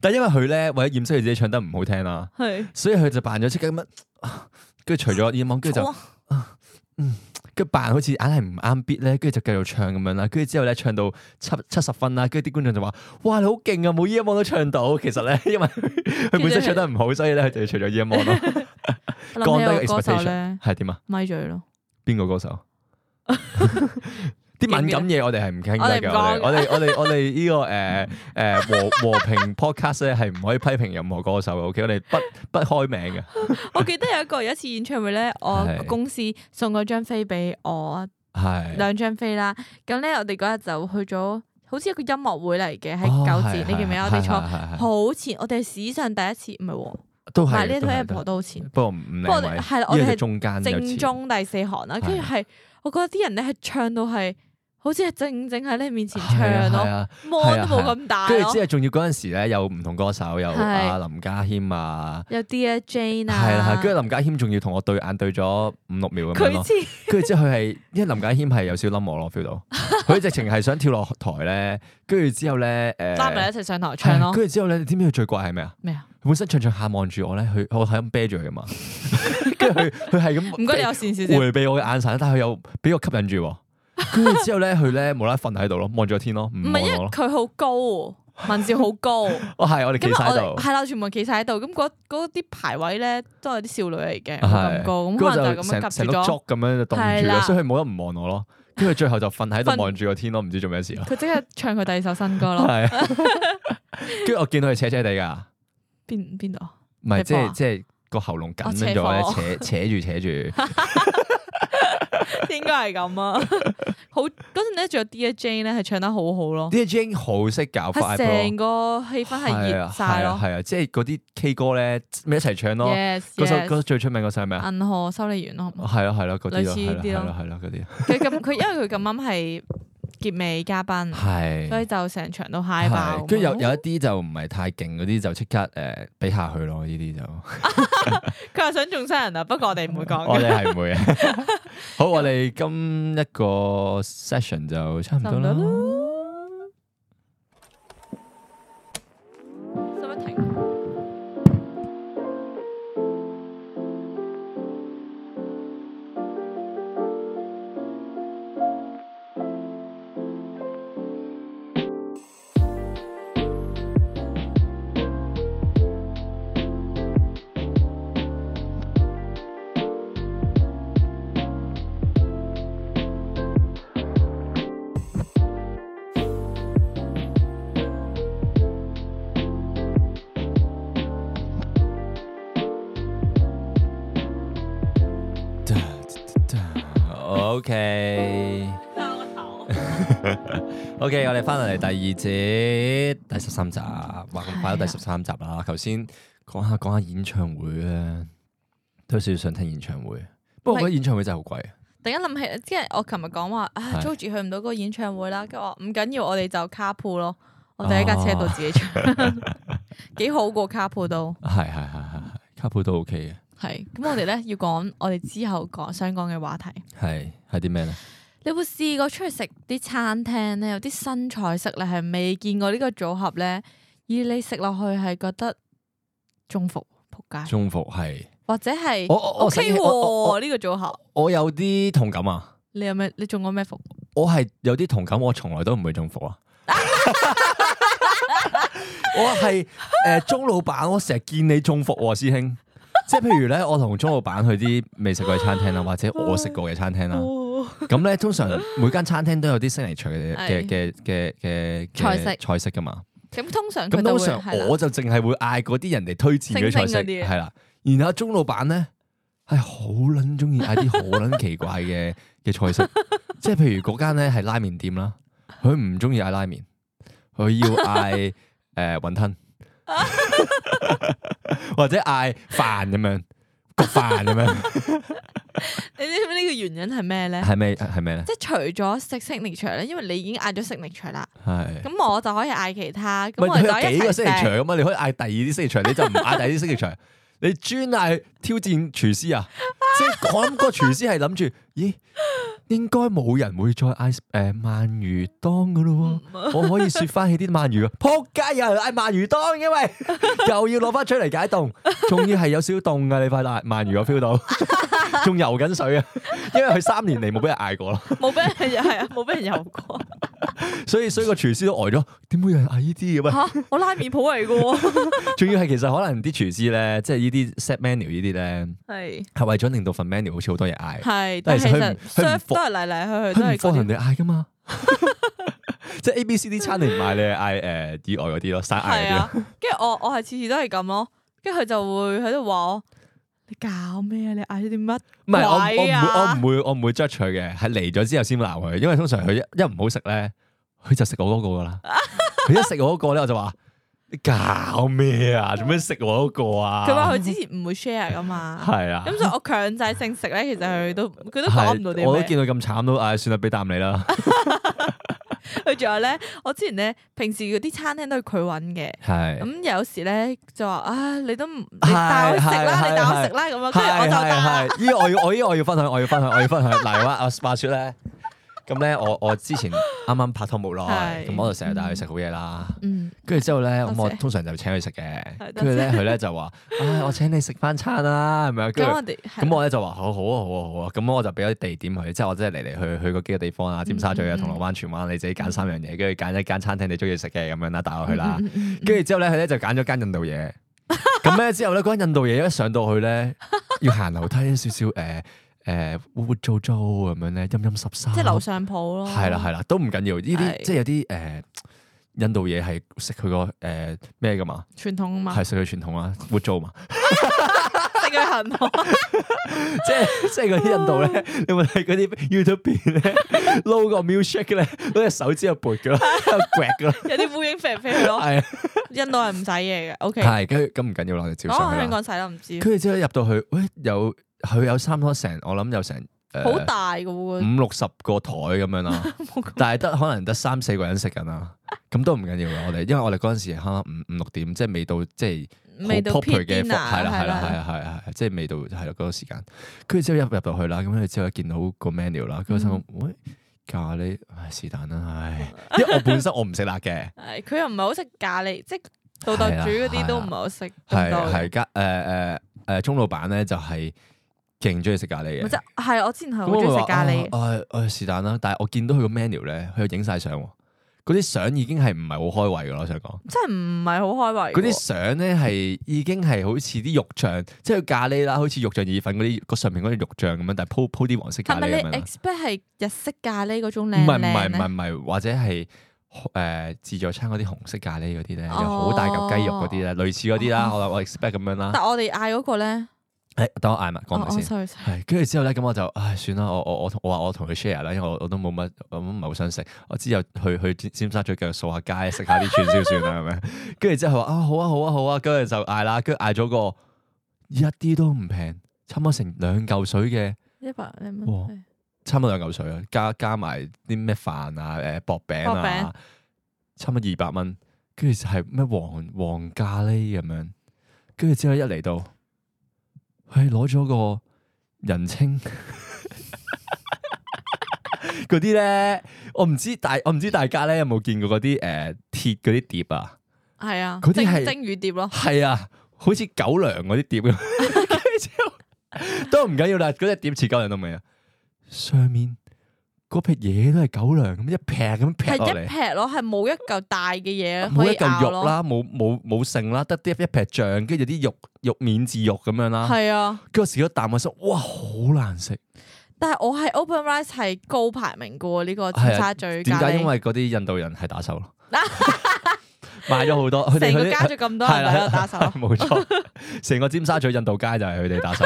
<laughs> 但係因為佢咧為咗掩飾佢自己唱得唔好聽啦，
系
所以佢就扮咗即刻咁樣，啊跟住除咗耳網，跟住
哦
就。跟住扮好似硬係唔啱 beat 咧，跟住就繼續唱咁樣啦。跟住之後咧，唱到七七十分啦，跟住啲觀眾就話：哇，你好勁啊！冇 ear mon 都唱到。其實咧， <laughs> 因為佢本身唱得唔好，所以咧佢就要除咗 ear mon
<laughs>
咯，降低
諗
個
起個歌手
expectation
咧，
係點啊？
咪嘴
<laughs>
咯，
邊個歌
<laughs>
手？啲敏感嘢我哋係唔傾
我哋
得
唔
嘅，
講
我哋我哋我哋我哋呢個诶诶和和平 podcast 咧係唔可以批評任何歌手嘅，OK？我哋不不開名嘅，
我記得有一個有一次演唱會咧，我
係
公司送咗張飛俾我，
係
兩張飛啦。咁咧，我哋嗰日就去咗，好似一個音樂會嚟嘅喺
哦
九
係
展，你記唔記
係
得？我哋
係
坐
係係係
好前，我哋係史上第一次，唔係喎，唔
都係
係呢
都
套
係
Apple 都好前，
不過唔唔
不過我
靚
哋
位，
係啦
因為
我哋係
中間有
正
次
中第四行啦。跟住係，我覺得啲人咧係唱到係，好似係正正喺你面前唱
係啊係
咯
啊
，mon 都
係
冇
啊
咁大
跟住
咯
之。後仲要嗰陣時咧有唔同歌手，有
係
阿林家謙啊，
有 Dear Jane 啊，
係啦，跟住林家謙仲要同我對眼對咗五六秒咁樣
佢
咯。
知
跟住之後佢係，因為林家謙係有少冧我咯
<laughs>
，feel 到佢直情係想跳落台咧，跟住之後咧誒，
拉埋一齊上台唱
係
咯。
跟住之後咧，你知唔知佢最怪係咩啊？
咩啊？
佢本身唱唱下望住我咧，佢我係咁啤住佢噶
<laughs>
嘛，跟住佢佢係咁
唔該，你有善少少。
迴避我嘅眼神，但係佢又俾我吸引住喎。跟住之後咧，佢咧無啦啦瞓喺度咯，望住個天咯，唔
唔
望
係因為
我咯。
佢好高，文少好
<laughs>
高，咁啊
哦，係，我哋企晒喺
我
度。
係啦，全部企晒喺度。咁嗰嗰啲排位咧，都係啲少女嚟嘅，冇咁
係
高，咁
嗰
可
個
能就咁
成
樣及
成
住
碌
咗。
竹咁樣就凍
係
住
啦
嘅，所以佢冇得唔望我咯。跟住最後就瞓喺
瞓
度望住個天咯，唔知做咩事咯。
佢即刻唱佢第二首新歌
<laughs>
咯，
係啊，跟住我見到佢扯扯地㗎，
邊邊度啊？
唔係
你
即
播啊
係即係個喉嚨緊咗
哦扯
咧，扯扯住
<laughs>
扯住，
應該係咁啊。 <laughs> 好嗰陣咧，仲有 Dear Jane 咧，係唱得好好咯，
啲 J 好識搞
係
vibe
成
咯。
個氣氛係
係
熱
啊
晒
係啊
咯。
係啊，即係嗰啲 K 歌咧，咪一齊唱咯。
Yes，
嗰首
yes
嗰首最出名嗰首係咩啊？
銀河修理員咯，
<laughs> 係啊係啦，嗰啲
類
咯，
似
係啦
啲
係
咯
啦係啦嗰啲，
佢咁佢因為佢咁啱係結尾嘉賓，嗯所以
係
就成場都 high
係
爆。
跟住有有一啲就唔係太勁嗰啲，就即刻誒俾下佢咯。呢啲就
佢話想中新人啊，不過我哋唔會講
我
嘅。
哋哦係唔會嘅。 <laughs> 好，我哋今一個 session 就差唔多
差唔多
啦。
使唔使停？
OK。OK，我哋翻到嚟第二節，第十三集，哇，咁快到第十三集啦！頭先講下講下演唱會咧，都有少少想聽演唱會，不過我覺得演唱會真係好貴。啊
突然間諗起，即係我琴日講話啊
係
，Joji 去唔到嗰個演唱會啦，跟住我話唔緊要，我哋就卡鋪咯，我哋喺架車度自己唱， <laughs> 幾好過卡鋪都
係係係係係，卡普都 OK 嘅。
係。咁我哋咧要講我哋之後講想講嘅話題。
係係啲咩咧？
你有冇試過出去食啲餐廳咧？有啲新菜式你係未見過呢個組合咧，而你食落去係覺得中伏仆街，
中伏係，
或者係
我我我
OK
醒起我我
喎呢個組合。
我有啲同感啊！
你有咩？你中過咩伏？
我係有啲同感，我從來都唔會中伏啊！ <laughs> 我係誒鐘老闆，我成日見你中伏喎，師兄。即係譬如咧，我同鐘老闆去啲未食過嘅餐廳啦，或者我食過嘅餐廳啦。咁咧，通常每間餐廳都有啲 signature 嘅
係
嘅嘅嘅嘅
菜式
菜式噶嘛。
咁通常
咁
佢都
通
會
常
係啦
我就淨係會嗌嗰啲人哋推薦嘅菜
星
式
星嗰啲
係啦。然後阿鐘老闆咧係好撚中意嗌
<laughs>
啲好撚奇怪嘅嘅菜式， <laughs> 即係譬如嗰間咧係拉麵店啦，佢唔中意嗌拉麵，佢要
<laughs>
嗌誒雲吞， <laughs> 或者嗌飯咁樣焗飯咁樣，
你知唔知呢個原因係咩咧？
係咩係咩咧？
即係除咗食 signature 咧，因為你已經嗌咗 signature 啦，
係。
咁我就可以嗌其他，
唔
咁我哋
係佢
就
有幾
一
個
齊
星期
食。
場啊嘛，你可以嗌第二啲星期場，你就唔嗌第二啲星
<laughs>
期場，你專嗌挑戰廚師啊！即係我諗個廚師係諗住，咦應該冇人會再嗌誒鰻魚檔噶咯
嗯
喎，我可以説翻起啲
<laughs>
鰻魚啊！撲街有人嗌鰻魚檔，因為又要攞翻出嚟解凍，仲要係有少少凍噶，你塊大鰻魚我 feel 到，
<laughs>
仲游緊水啊！因為佢三年嚟冇俾人嗌過啦，
冇俾人系啊，冇俾人游
<laughs>
過。
所以所以個廚師都呆咗，點會有人嗌呢啲嘅喂？
吓，我拉麵鋪嚟噶
仲要係其實可能啲廚師咧，即係呢啲 set menu 呢啲咧，
喎，系
係為咗令到份 menu 好似好多嘢嗌。
系，
但
但
係
系
其
其
實佢
實
唔佢唔
serve
服
都係嚟嚟去去都
佢
係
唔放
嗰
人
啲，
哋嗌噶嘛， <laughs> 即係 A、B、C、D 餐你唔嗌，你係嗌誒以外嗰啲咯，生嗌
係
嗰啲
啊
咯。。
跟住我我係次次都係咁咯，跟住佢就會喺度話我：你搞咩啊？你嗌咗啲乜？
唔係我我
鬼啊
唔會我唔會我唔會 judge 佢嘅，係嚟咗之後先鬧佢，因為通常佢一一唔好食咧，佢就食我嗰個
<laughs>
噶啦。佢一食我嗰個咧，我就話你搞咩啊？做咩食我嗰個啊？
佢話佢之前唔會 share 噶嘛，
係啊。
咁所以我強制性食咧，其實佢都佢都講唔到啲
係，我都
咩。
見到咁慘都，唉，算啦，俾啖你啦。
佢仲有咧，我之前咧平時嗰啲餐廳都係佢揾嘅。
係。
咁有時咧就話啊，你都唔你
係
帶我去食啦，
係
你帶我
係
食啦咁樣，跟住我
係
就帶啦。
係係，依我要我依我要分享，我要分享，我要分
<laughs>
享。嗱，啊話我話説咧，咁咧我我之前啱啱拍拖冇耐，
係
咁我就成日帶佢食好嘢啦。
嗯，
跟住之後咧，咁
多
我
謝
通常就請佢食嘅。
係
跟住咧，佢咧就話：，唉，我請你食翻餐啦，咁樣。跟
咁
住
我哋係
咁我咧就話：好好啊，好啊，好啊。咁我就俾咗啲地點佢，即係我即係嚟嚟去去嗰幾個地方啊，尖沙咀啊、
嗯嗯
銅鑼灣、荃灣，你自己揀三樣嘢，跟住揀一間餐廳你中意食嘅咁樣啦，帶我去
嗯
啦。
嗯嗯嗯
跟住之後咧，佢咧就揀咗間印度嘢。咁咧之後咧，嗰間印度嘢一上到去咧， <laughs> 要行樓梯少少誒誒污污糟糟咁樣咧，陰陰濕濕。
即係樓上鋪咯，
係啦係啦，都唔緊要。呢啲
係
即係有啲誒印度嘢係食佢個誒咩噶嘛，
傳統啊嘛，
係食佢傳統啊，污糟嘛。
食佢行路，
即係
<laughs>
即係嗰啲印度咧，你有冇睇嗰啲 YouTube 片咧，撈個 milkshake 咧，攞隻手指度撥
<laughs>
噶啦，喺度搲噶啦，
有啲烏蠅飛嚟飛去咯。
係啊
印度人唔使嘢嘅，OK。哦
係跟住咁唔緊要啦，我哋照
講
上
下
去啦啊
香。港使啦，唔知
跟住之後入到去，喂有佢有差唔多成，我諗有成誒
好大嘅喎，
五六十個台咁
<laughs>
樣啦，但係得可能得三四個人食緊啦，咁都唔緊要嘅。我哋因為我哋嗰陣時可能五五六點，即係未到即係
未到
嗯好
peak
proper 嘅
dinner，係
係啦係
啦
啦係啊啦係啦係啦，即係未到係啦嗰個時間。跟住之後入入到去啦，咁跟住之後見到個 menu 啦，跟住我心諗喂咖喱唉是但啦，唉，因為我本身我唔食辣嘅。
係佢又唔係好食咖喱，即係道豆煮嗰啲都唔係好食咁多
係係家誒誒誒鐘老闆咧就係勁中意食咖喱
咪
嘅
即。係我之前係好
咁我
中意
咪
食咖喱，
話啊誒誒是但啦，但係我見到佢個 menu 咧，佢又影晒相喎。嗰啲相已經係唔係好開胃噶咯？我想講，
真係唔係好開胃
嗰
喎。
啲相咧係已經係好似啲肉醬，即係咖喱啦，好似肉醬意粉嗰啲個上面嗰啲肉醬咁樣，但係鋪鋪啲黃色
係
咖
咪你
喱咁樣啦。
expect 係日式咖喱嗰種
唔
靚
係
啊靚
唔係唔係
咧？
唔係，或者係誒自助餐嗰啲紅色咖喱嗰啲咧，有
哦
好大嚿雞肉嗰啲咧，類似嗰啲啦，我我 expect 咁樣啦。
但我哋嗌嗰個咧，
誒，等我嗌埋講
哦
埋
哦
先。
，sorry sorry，
係，跟住之後咧，咁我就唉，算啦，我我我同我話我同佢 share 啦，因為我我都冇乜，我唔係好想食，我之後去去尖尖沙咀繼續掃下街，食下啲串燒算啦，咁樣。 <laughs> 跟住之後佢話啊，好啊，好啊，好啊，跟住就嗌啦，跟住嗌咗個一啲都唔平，差唔多成兩嚿水嘅，
一百零
哇
蚊，
差唔多兩嚿水啊，加加埋啲咩飯啊，誒薄餅
薄餅
啊，差唔多二百蚊，跟住就係咩黃黃咖喱咁樣，跟住之後一嚟到，佢攞咗個人稱嗰啲咧，我唔知大我唔知大家咧有冇見過嗰啲誒鐵嗰啲碟啊，
係啊，
嗰
蒸
啲係
蒸魚碟咯，
係啊，好似狗糧嗰啲碟
<laughs>
咁，跟住之後都唔緊要啦，嗰只碟似狗糧都未啊，上面。嗰撇嘢都係狗糧咁一劈咁
係
劈落嚟
一，劈咯，係冇一嚿大嘅嘢可
冇
以
一嚿
咬
肉
咯，
啦，冇冇冇剩啦，得啲一劈醬，跟住啲肉肉面至肉咁樣啦。
係啊。
跟住我食咗啖，我心哇好難食。
但係我係 Open Rice 係高排名嘅喎，呢個
係啊
尖沙咀
點
咖
解？因
喱，
為嗰啲印度人係
<laughs>
打手咯，買咗好多，佢哋
成
佢
個
哋
家族咁多
係
人
啦 <laughs>
喺度啊打手，
冇錯，成個尖沙咀印度街就係佢哋打
<laughs>
手。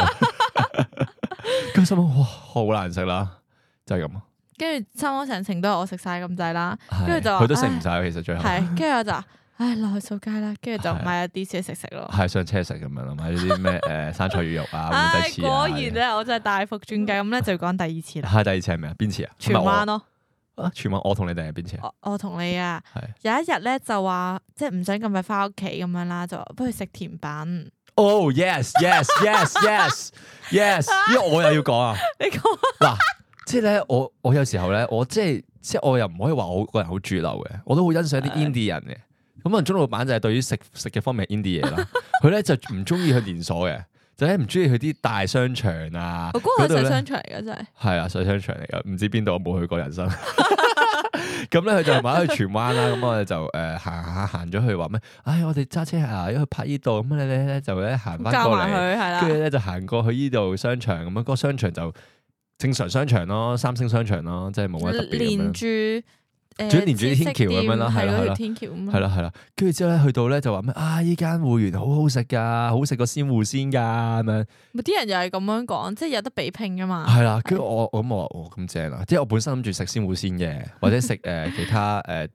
跟住心諗哇好難食啦，就係咁咯。
跟住差唔多成程都係我食晒咁滯啦，
係
跟住就話
佢都食唔晒，其實最後
係，跟住我就話唉落去掃街啦，跟住就
啊係啊
買咗啲嘢食食
<laughs>
咯。
係上車食咁樣咯，買咗啲
<laughs>
咩誒生菜魚肉啊，碗
唉
仔，翅啊。
果然咧，我真係大幅轉計，咁咧就要講第二次
<laughs>
啦，
係第二次係咩啊？邊次啊？
荃灣
咯。
咯。
啊，荃灣我同你哋係邊次啊？
我我同你啊
係，
有一日咧就話即係唔想咁快翻屋企咁樣啦，就話不如食甜
<laughs>
品。
Oh
<laughs>
yes yes yes yes yes，因為我又要講啊，
你講
嗱，即係咧，我我有時候咧，我即係即係我又唔可以話我個人好主流嘅，我都好欣賞啲 indie 人嘅。咁可能鍾老闆就係對於食食嘅方面係 indie 嘢啦，佢咧就唔中意去連鎖嘅，就係唔中意去啲大商場啊。
我嗰個
度
係
呢
細商場嚟嘅真係，
係啊，水商場嚟噶，唔知邊度，我冇去過人生。 <laughs> 咁咧，佢就買咗去荃灣啦。咁我哋就誒行下行咗去話咩？唉，我哋揸車啊，因為拍依度，咁你咧咧就咧行翻
加
過
埋
嚟，
佢係
跟住
啦，
咧就行過去依度商場咁樣。嗰個商場就正常商場咯，三星商場咯，即係冇乜特別咁
連
樣。
住誒，
主要連住啲
千色
天橋咁樣啦
店
係啦
係
係
咯
啦
天橋咁樣
係啦係啦，跟住之後咧去到咧就話咩啊？依間芋圓好好食㗎，好食過鮮芋仙㗎咁樣。
咪啲人又係咁樣講，即係有得比拼噶嘛。
係啦，跟住我我咁我話哦咁正啦，即係我本身諗住食鮮芋仙嘅，
<laughs>
或者食誒其他誒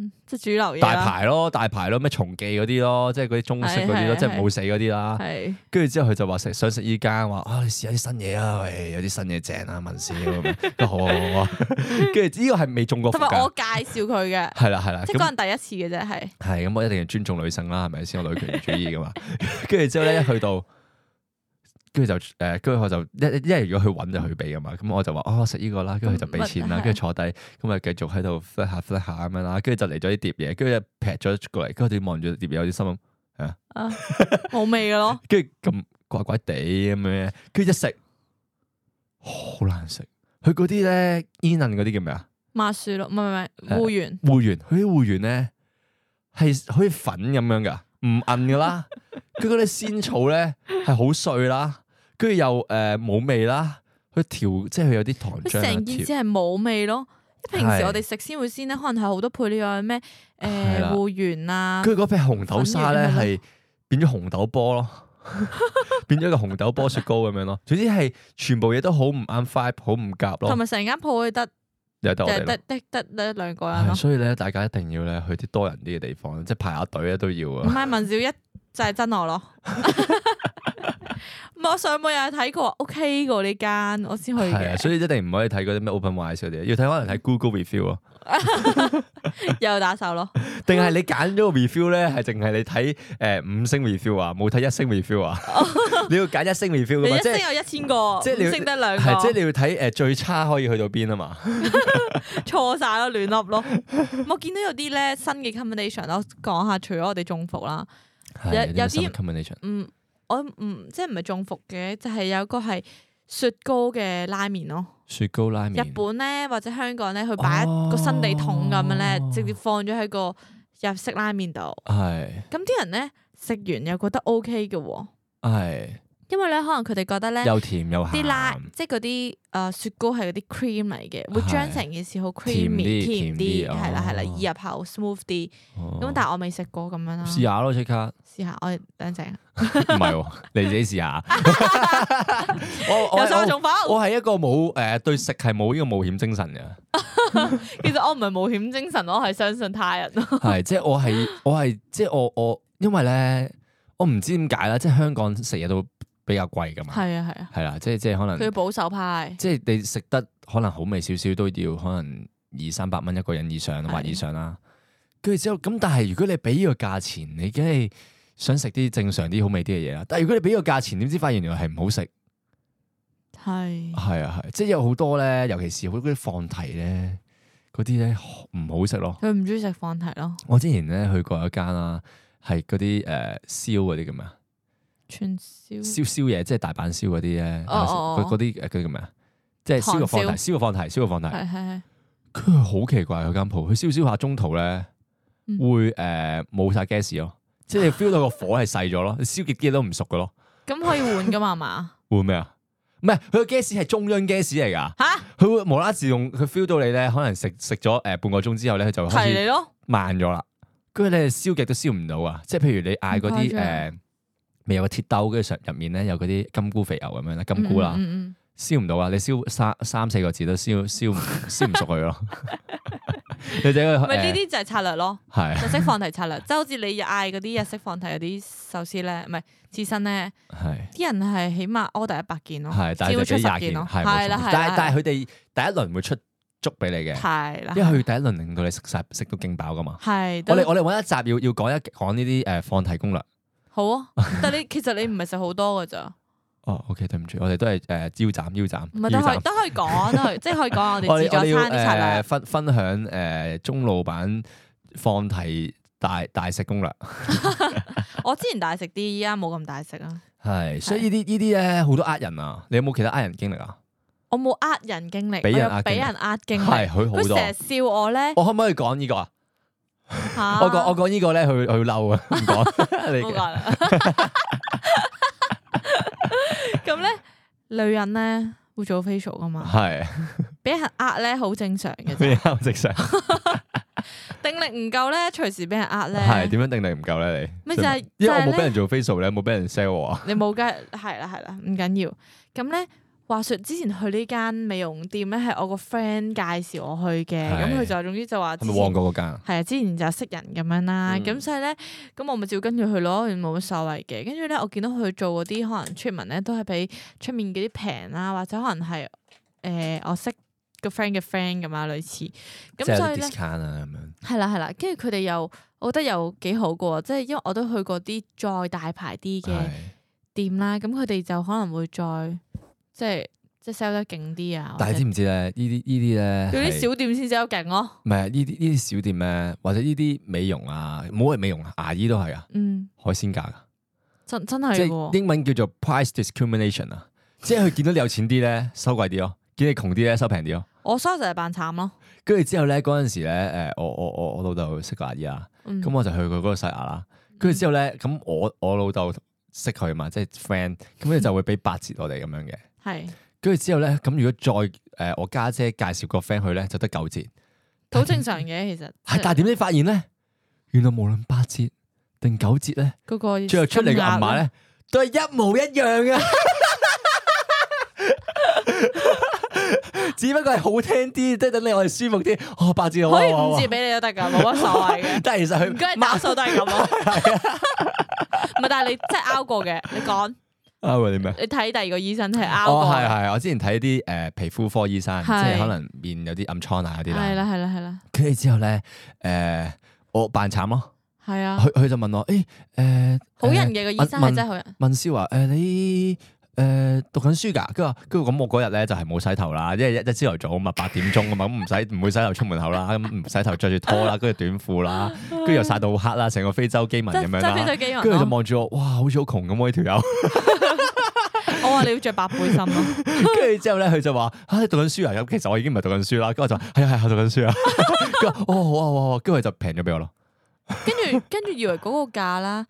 嗯即係主流嘢
大
啦，
牌咯，大牌咯，咩松記嗰啲咯，即係嗰啲中式嗰啲
係
咯，
係
即係冇死嗰啲啦。
係
跟住之後佢就話食想食依間，話啊你試下啲新嘢啊，喂有啲新嘢正啊，文少咁樣，好啊好啊好啊。跟住呢個係未中過伏
同埋我
㗎，
介紹佢
<laughs>
嘅，
係啦係啦，
即係嗰
啊
人
咁
第一次嘅啫，係
係咁我一定要尊重女性啦，係咪先？我女權主義噶嘛。跟住之後咧一去到。跟住就誒，跟住我就一一係如果佢揾就佢俾噶嘛，咁我就話哦食呢個啦，跟住佢就俾錢啦，
嗯
跟住坐低，咁啊繼續喺度 flat 下 flat 下咁樣啦，跟住就嚟咗啲碟嘢，跟住就劈咗過嚟，跟住我哋望住碟嘢有啲心諗。
啊冇味嘅
<laughs>
咯，
跟住咁怪怪地咁樣，跟住一食好難食。佢嗰啲咧煙韌嗰啲叫咩啊？
麻薯咯，唔係唔係唔
誒
係，芋圓
芋圓，佢啲芋圓咧係好似粉咁樣噶，唔韌噶
<laughs>
啦。佢嗰啲仙草咧係好碎啦，跟住又誒冇味啦。佢調即係佢有啲糖
佢
漿啊
成件
調
事係冇味咯。平時
係
我哋食先會先咧，可能係好多配料啊，咩誒
係啦
芋圓啊，
佢嗰片紅豆沙咧
粉圓係啊
係變咗紅豆
<laughs>
波咯，變咗個紅豆波雪糕咁樣咯。總之係全部嘢都好唔啱 vibe，好唔夾
同
咯，
埋成間鋪佢得
又係得
就
我哋
係
咯
得得得得兩個人
係，
咯。
所以咧，大家一定要咧去啲多人啲嘅地方，即係排下隊咧都要
唔
啊。
係文少一就係真我咯。 <laughs> 唔係我上網又係睇過，OK 過呢間，我先去
係啊，
嘅，嗯
所以一定唔可以睇嗰啲咩 Open Wise 嗰啲，要睇可能睇 Google review 咯，
又打手咯。
定係你揀咗個 review 咧，係淨係你睇誒五星 review 啊，冇睇一星 review 啊，你要揀一星 review
哦你
噶嘛，
一
即
升
係
有一千個，
即係你要
五升得兩
係即
個，
係你要睇誒最差可以去到邊啊嘛，
錯晒咯，亂笠咯。我見到有啲咧新嘅 combination 咯，講下除咗我哋中伏啦，有
係
有
新
啲
combination
嗯，我唔即係唔係中伏嘅，就係有個係雪糕嘅拉麵咯。
雪糕拉
日
麵，
本咧或者香港咧，佢擺一個新地桶咁樣咧
哦，
直接放咗喺個日式拉麵度。
係
咁啲人咧食完又覺得 O K 嘅喎，
係
因為咧可能佢哋覺得咧
又甜又
啲拉
鹹，
即係嗰啲誒雪糕係嗰啲 cream 嚟嘅，會
係
將成件事好
甜
creamy
啲
甜
甜
啲，
啲
係啦係啦，
哦
易入口 smooth 啲。咁
咁
但係我未食過咁樣啦，
哦試下咯即刻。
試下我哋等陣，
唔係喎，你自己試
<laughs>
下。我我
有手
我
仲否？
我係一個冇誒、呃、對食係冇呢個冒險精神
<laughs>
嘅，
其實我唔係冒險精神，我係相信他人
<laughs>
咯。
係即係我係我係即係我我因為咧我唔知點解啦，即係香港食嘢都比較貴噶嘛，
係啊係啊，
係啦，即係即係可
佢要
能
保守派，
即係你食得可能好味少少都要可能二三百蚊一個人以上或以上啦，跟住之後咁但係如果你俾呢個價錢，你梗係想食啲正常啲好味啲嘅嘢啦，但係如果你俾呢個價錢，點知發現原來係唔好食。
係
係啊係，即係有好多咧，尤其是好嗰啲放題咧，嗰啲咧唔好食咯。
佢唔中意食放題咯，
我之前咧去過一間啦，係嗰啲誒燒嗰啲叫咩啊？
串燒
燒燒嘢即係大阪燒嗰啲咧，
嗯哦哦
嗰嗰啲誒嗰啲叫咩啊？即係燒個放題，
韓
燒個放題，燒個放題。
係係係
佢好奇怪佢間鋪，佢燒燒下中途咧
嗯
會誒冇晒 gas 咯，即係你 feel 到個火係細咗咯，你燒極啲嘢都唔熟嘅咯。
咁可以換噶嘛係
<laughs>
嘛
會咩啊？唔係佢個 gas 係中央 gas 嚟㗎。
吓
佢會無啦啦自動佢 feel 到你咧，可能食食咗誒半個鐘之後咧，佢就會開
提
始
你咯，
慢咗啦。跟住你燒極都燒唔到啊！即係譬如你嗌嗰
唔誇
啲
張
誒，咪有個鐵兜，跟住上入面咧有嗰啲金菇肥牛咁樣啦，金菇啦，
嗯嗯嗯
燒唔到啊！你燒三三四個字都燒
<laughs>
燒唔燒唔熟佢咯。 <laughs> 你就
嗯咪呢
誒
啲就係策略咯，
係
日式放題策略，即係好似你嗌嗰啲日式放題嗰啲壽司咧，唔係刺身咧，
係
啲人係起碼 order 一百件咯，
係，但
只
係
會
就
出
俾廿
十
件
件咯，係
係冇
啦
錯
係
但係
啦，
但係佢哋第一輪會出粥俾你嘅，
係啦，
因為佢第一輪令到你食晒食到勁飽噶嘛。
係
我哋
都
我哋揾一集要要講一講呢啲誒放題攻略。
好啊，但係你其實你唔係食好多噶咋，
哦，OK，對唔住，我哋都係诶腰斬腰斬，
唔係
腰
都可以
斬
都可以講，都可
<laughs>
以即係可以講我
我
哋自
哋
助
我哋要
餐
呃
啲策
诶
略。
分分享诶中老版放題大大食攻略。
我之前大食啲，依家冇咁大食
呃
啊。
係，所以呢啲呢啲咧好多呃人啊！你有冇其他呃人經歷啊？
我冇呃人經歷，
俾人
我
呃
有俾
經歷
人呃經
係
歷。
佢好
佢
多。
成日笑我咧，
我可唔可以講呢個啊？
嚇
我講我講呢個咧，佢佢嬲啊，
<laughs>
唔講你
冇
嘅。
講啦。咁咧，女人咧會做 facial 噶嘛，
係
俾人呃咧好正常嘅啫。
啊咩啊？直上
定力唔夠咧，隨時俾人呃
係
咧，
點樣定你唔夠咧？你
咪就係
因為我
就係
冇俾
咧
人做 facial 咧，冇俾人 sell 我啊。
你冇計係啦係啦，唔緊要。咁咧，話說之前去呢間美容店咧，係我個 friend 介紹我去嘅，
係
咁佢就總之就話
係
之
咪
前
旺角嗰間啊？
係啊，之前就識人咁樣啦，
嗯
咁、所以咧，咁我咪照跟住佢咯，冇乜所謂嘅。跟住咧，我見到佢做嗰啲可能 treatment 咧，都係比出面嗰啲平啦，或者可能係誒、呃我識個 friend 嘅 friend 咁啊，類似。
即
咁
係有
所
啲
以咧，
discount 啊咁樣。
係啦係啦，跟住佢哋又，我覺得又幾好嘅喎，即係因為我都去過啲再大牌啲嘅
係
店啦，咁佢哋就可能會再即係即係 sell 得勁啲啊，
但係
或
知
者
唔知咧？呢啲呢啲
要
咧
啲
係
小店先 sell 勁咯，
唔係呢啲呢啲小店咧，或者呢啲美容啊，唔好係美容牙醫都係啊，
嗯，
海鮮價噶，
真真係
即
喎
係。英文叫做 price discrimination 啊，即係佢見到你有錢啲咧， <laughs> 收貴啲咯；見你窮啲咧，收平啲咯。
我所以就係扮慘咯。
跟住之後咧，嗰陣時咧，誒我我我我老豆識個牙醫啊，
嗯
咁我就去佢嗰度洗牙啦。跟住之後咧，咁我我老豆識佢嘛，即係 friend，咁佢就會俾八折我哋咁樣嘅。
系
跟住之後咧，咁如果再誒、呃我家姐介紹個 friend 去咧，就得九折。
好正常嘅，其實
嗯係，但係點知發現咧，原來無論八折定九折咧，
嗰個
最後出嚟嘅銀碼
金額
咧，都係一模一樣啊嘅。 <laughs> 只不過係好聽啲，即係等你我哋舒服啲。哦，八折好啊
可以
好啊
五
好啊
折俾你都得㗎，冇乜所謂
<laughs>
嘅。
但係其實佢
唔該，打數都係咁
<laughs>
咯。唔係，但係你真係拗過嘅，你講
啊，喂你咩？
你睇第二個醫生係拗
哦，
過
係
嘅。
係，我之前睇啲誒皮膚科醫生，即
係
係可能面有啲暗瘡啊嗰啲
係
啦。
啦係啦係啦，
跟住之後咧，誒我扮慘咯，
係啊，
佢佢就問我，呃誒誒
好人嘅個醫生係真係好人。
問蕭話：誒、你誒、讀緊書㗎？跟住話，跟住咁我嗰日咧就係冇洗頭啦，因為一一朝頭早啊嘛，八點鐘啊嘛，咁唔使唔會洗頭出門口啦，咁唔洗頭着住拖
<laughs>
啦，跟住短褲啦，跟住又晒到好黑啦，成個非洲基民
真
咁
真
樣
係非
啦
洲。基人
啊跟住就
咯，
望住我，哇，好似好窮咁喎呢
<laughs>
條友。
我話你要着白背心
<laughs>
咯，
跟住之後咧，佢就話：啊，你讀緊書啊？咁其實我已經唔係讀緊書啦。跟住我就話係啊係啊，讀緊書啊。 <laughs> 跟住我哦好啊好啊好啊，跟住佢就平咗俾我咯。
跟住跟住以為嗰個價啦，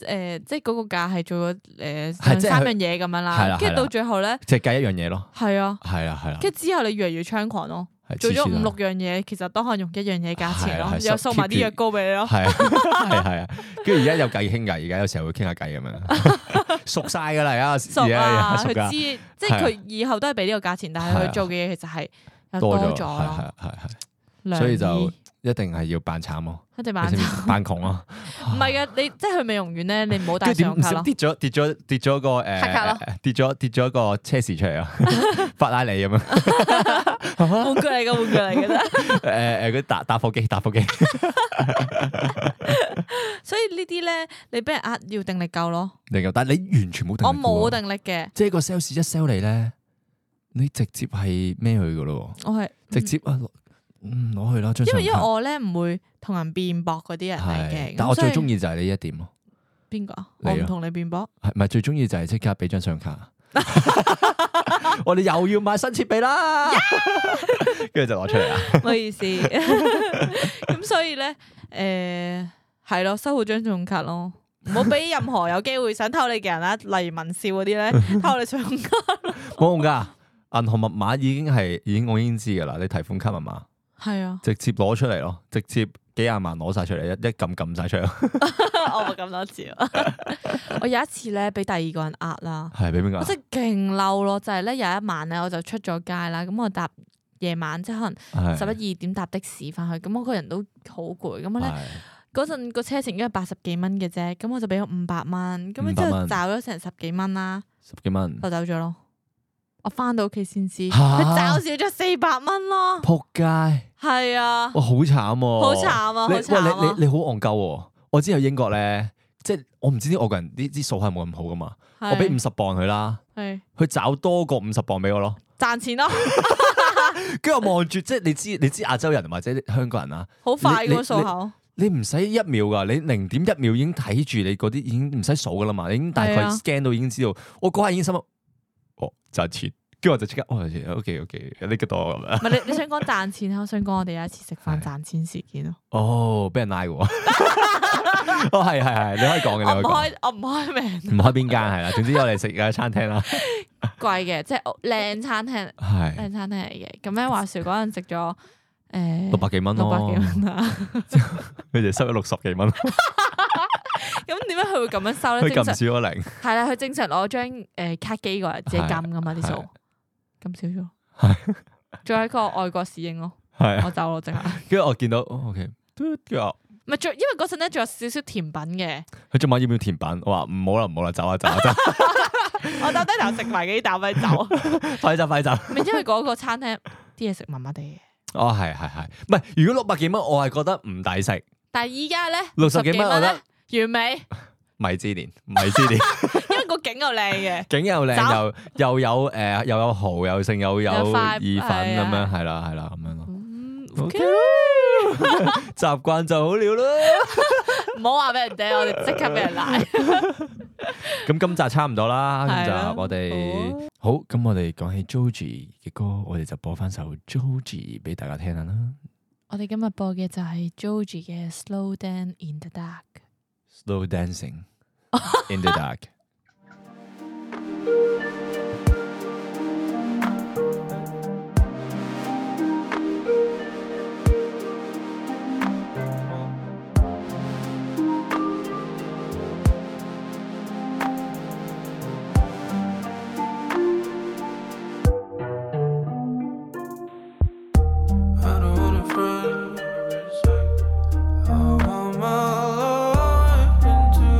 誒即係嗰個價係做咗誒
係
兩
即係
三
佢
樣嘢咁樣
係啦
啦，跟
係
住
啦
到最後咧
即係計一樣嘢咯。
係啊，
係啊係啊，
跟住之後你越嚟越猖狂咯。
係
做咗
黐線
五
啊
六樣嘢，其實都可能用一樣嘢價錢
係啊
咯，
係
又送埋
keep
啲
住
藥膏俾你咯。
系系系啊，跟住而家有偈傾偈，而家有時候會傾下偈咁樣，
<laughs>
熟晒噶啦，而家
熟
而家
啊，
熟
佢
噶
知，即係佢以後都係俾呢個價錢，但係
係啊
佢做嘅嘢其實係又
多
啊多咗
咗，係係
咯，
係係，
良
所以
醫
就一定係要扮慘咯，
一定
你
買
<laughs> 知唔知扮
<laughs>
窮咯，
唔係嘅，你即係去美容院咧，你唔好帶
跟住
信用
點唔
卡
小
咯，
跌咗跌咗跌咗個
黑卡
誒
咯
跌咗跌咗個車匙出嚟啊，
<laughs>
法拉利咁樣啊
玩具
<laughs>
嚟嘅，玩具嚟嘅啫。
誒誒嗰啲打打火機打火機，
所以呢啲咧，你俾人呃要定力夠咯，
你但係你完全冇定，
我冇，定力嘅，
啊即係個 sales 一 sell 你咧，你直接係孭佢噶咯
我係
喎，直接啊攞嗯攞去啦張
因
信
為
用
因為
卡。
我咧唔會同人辯駁嗰啲人嚟
係
嘅，，
但我最中
意
意就係呢一點咯，
邊個啊？
你
我
啊
唔同你辯駁，
係咪最中意就係即刻俾張相卡，
<laughs>
我哋又要買新設備啦，跟住就攞出嚟啊
<laughs>
啦。
唔好意思。咁所以咧，诶、係咯，收好張信用卡咯， <laughs> 唔好俾任何有機會想偷你嘅人啦，例如文少嗰啲咧， <laughs> 偷你信用卡
冇用噶，銀行密碼已經係已經我已經知噶啦，你提款卡密碼
係 <laughs> 啊，
直接攞出嚟咯，直接幾廿萬攞晒出嚟，一一撳撳晒
<laughs>
出嚟，
我哦咪咁多次啊咯。 <laughs> 我有一次咧，俾第二個人呃啦，
係俾邊個
我
啊？
真係勁嬲咯，就係咧有一晚咧，我就出咗街啦，咁我搭夜晚即係可能
係
十一二點搭的士翻去，咁我個人都好攰，咁我咧。
係
嗰陣個車程應該係八十幾蚊嘅啫，咁我就俾咗五百蚊，咁樣之
500
後
蚊
找咗成十幾蚊啦。
十幾蚊，
就走咗咯。我翻到屋企先知，
嚇
佢找少咗四百蚊咯。
仆街，
係啊，
哇好慘喎，
好慘啊，好
你喂
慘
你
啊！
你你好戇鳩喎！我之前去英國咧，即係我唔知啲外國人啲啲數係冇咁好噶嘛。
係
我俾五十磅佢啦，
係
佢找多過五十磅俾我咯。
賺錢咯，
跟住我望住，即係你知你知亞洲人或者香港人啦，
好快嗰
你你
個數口。
你唔使一秒噶，你零點一秒已經睇住你嗰啲已經唔使數噶啦嘛，你已經大
係
概
啊
scan 到已經知道。我嗰下已經心諗，哦賺錢，跟住我就即刻哦，OK OK，呢個多咁樣。
唔係你你想講賺錢啊？我想講我哋有一次食飯賺錢事件
<laughs>
咯。
哦，俾人拉喎。 <laughs> 哦係係係，你可以
<laughs> 我
講嘅，你
唔
可以講。
開我唔開名，
唔開邊間係啦，總之我哋食嘅餐廳啦，
貴嘅即係靚餐
嗯
廳，
係
靚餐廳嚟嘅。咁咧話説嗰陣食咗誒
六百幾蚊
六百
咯
幾，蚊啊。 <laughs>
佢哋收咗六十幾蚊，
咁點解佢會咁樣收
佢
咧？正
撳
常
少咗零，
係啦，佢正常攞張誒卡機過嚟自己撳噶嘛啲數
係，
咁少咗。仲有一個外國侍應咯，
係
<laughs>
啊
我走咯，即刻。
跟住我見到哦 OK，嘟跟住我
唔係，仲因為嗰陣咧仲有少少甜品嘅，
佢仲問要唔要甜品，我話唔好啦唔好啦，走啊走啊
<laughs>
走啊，
我打低頭食埋幾啖咪 <laughs> 走。唔
快走快走。
係因為嗰個餐廳啲嘢食麻麻地嘅，
哦，係係係，唔係如果六百幾蚊，我係覺得唔抵食。
但係依家咧
60幾蚊我覺得
咧完美，
米芝蓮，米芝
<laughs>
蓮，
因為個景又靚 <laughs> 嘅。
景又靚，
走
又又有誒、呃又有蠔，又剩又有
有塊
意粉
係
咁
啊
樣，係啦係啦咁樣咯。
嗯
OK
，OK， <laughs>
習慣就好了啦。
唔好話俾人哋，我哋即刻俾人 <laughs> 拉。
咁今集差唔多啦，今
係啊
集
啦
我哋好咁，我哋講起 Joji 嘅歌，我哋就播翻首 Joji 俾大家聽下啦。
我哋今日播嘅就係 Joji 嘅《Slow Down in the Dark》。
Slow dancing in the dark。
I don't wanna friend I want my life into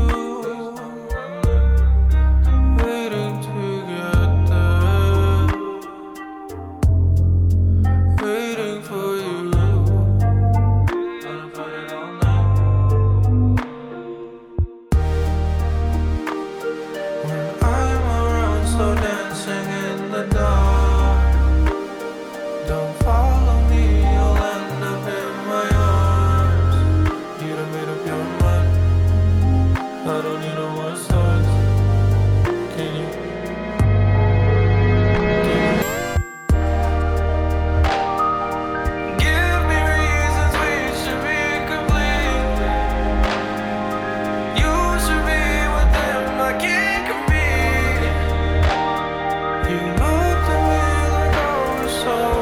Waiting to get there Waiting for you Gonna fight it all night When I'm around so dancing in the dark don't follow me, you'll end up in my arms. You done made up your mind. I don't need no more signs. Can you? Can you? Give me reasons we should be complete. You should be with them. I can't compete. You looked away like I was someone else.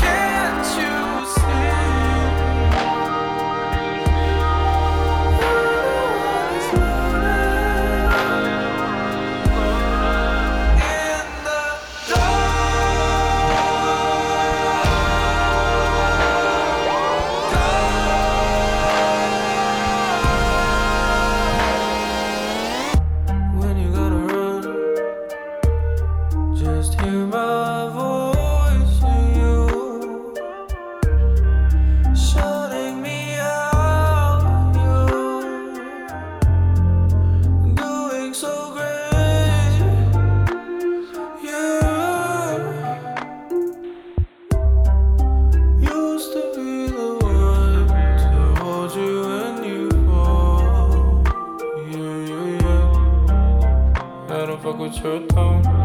Can't you see? when you gotta run. Just hear my voice to you, shutting me out. You doing so great, yeah. Used to be the one to hold you when you fall. Yeah, yeah, yeah. I don't fuck with your tone.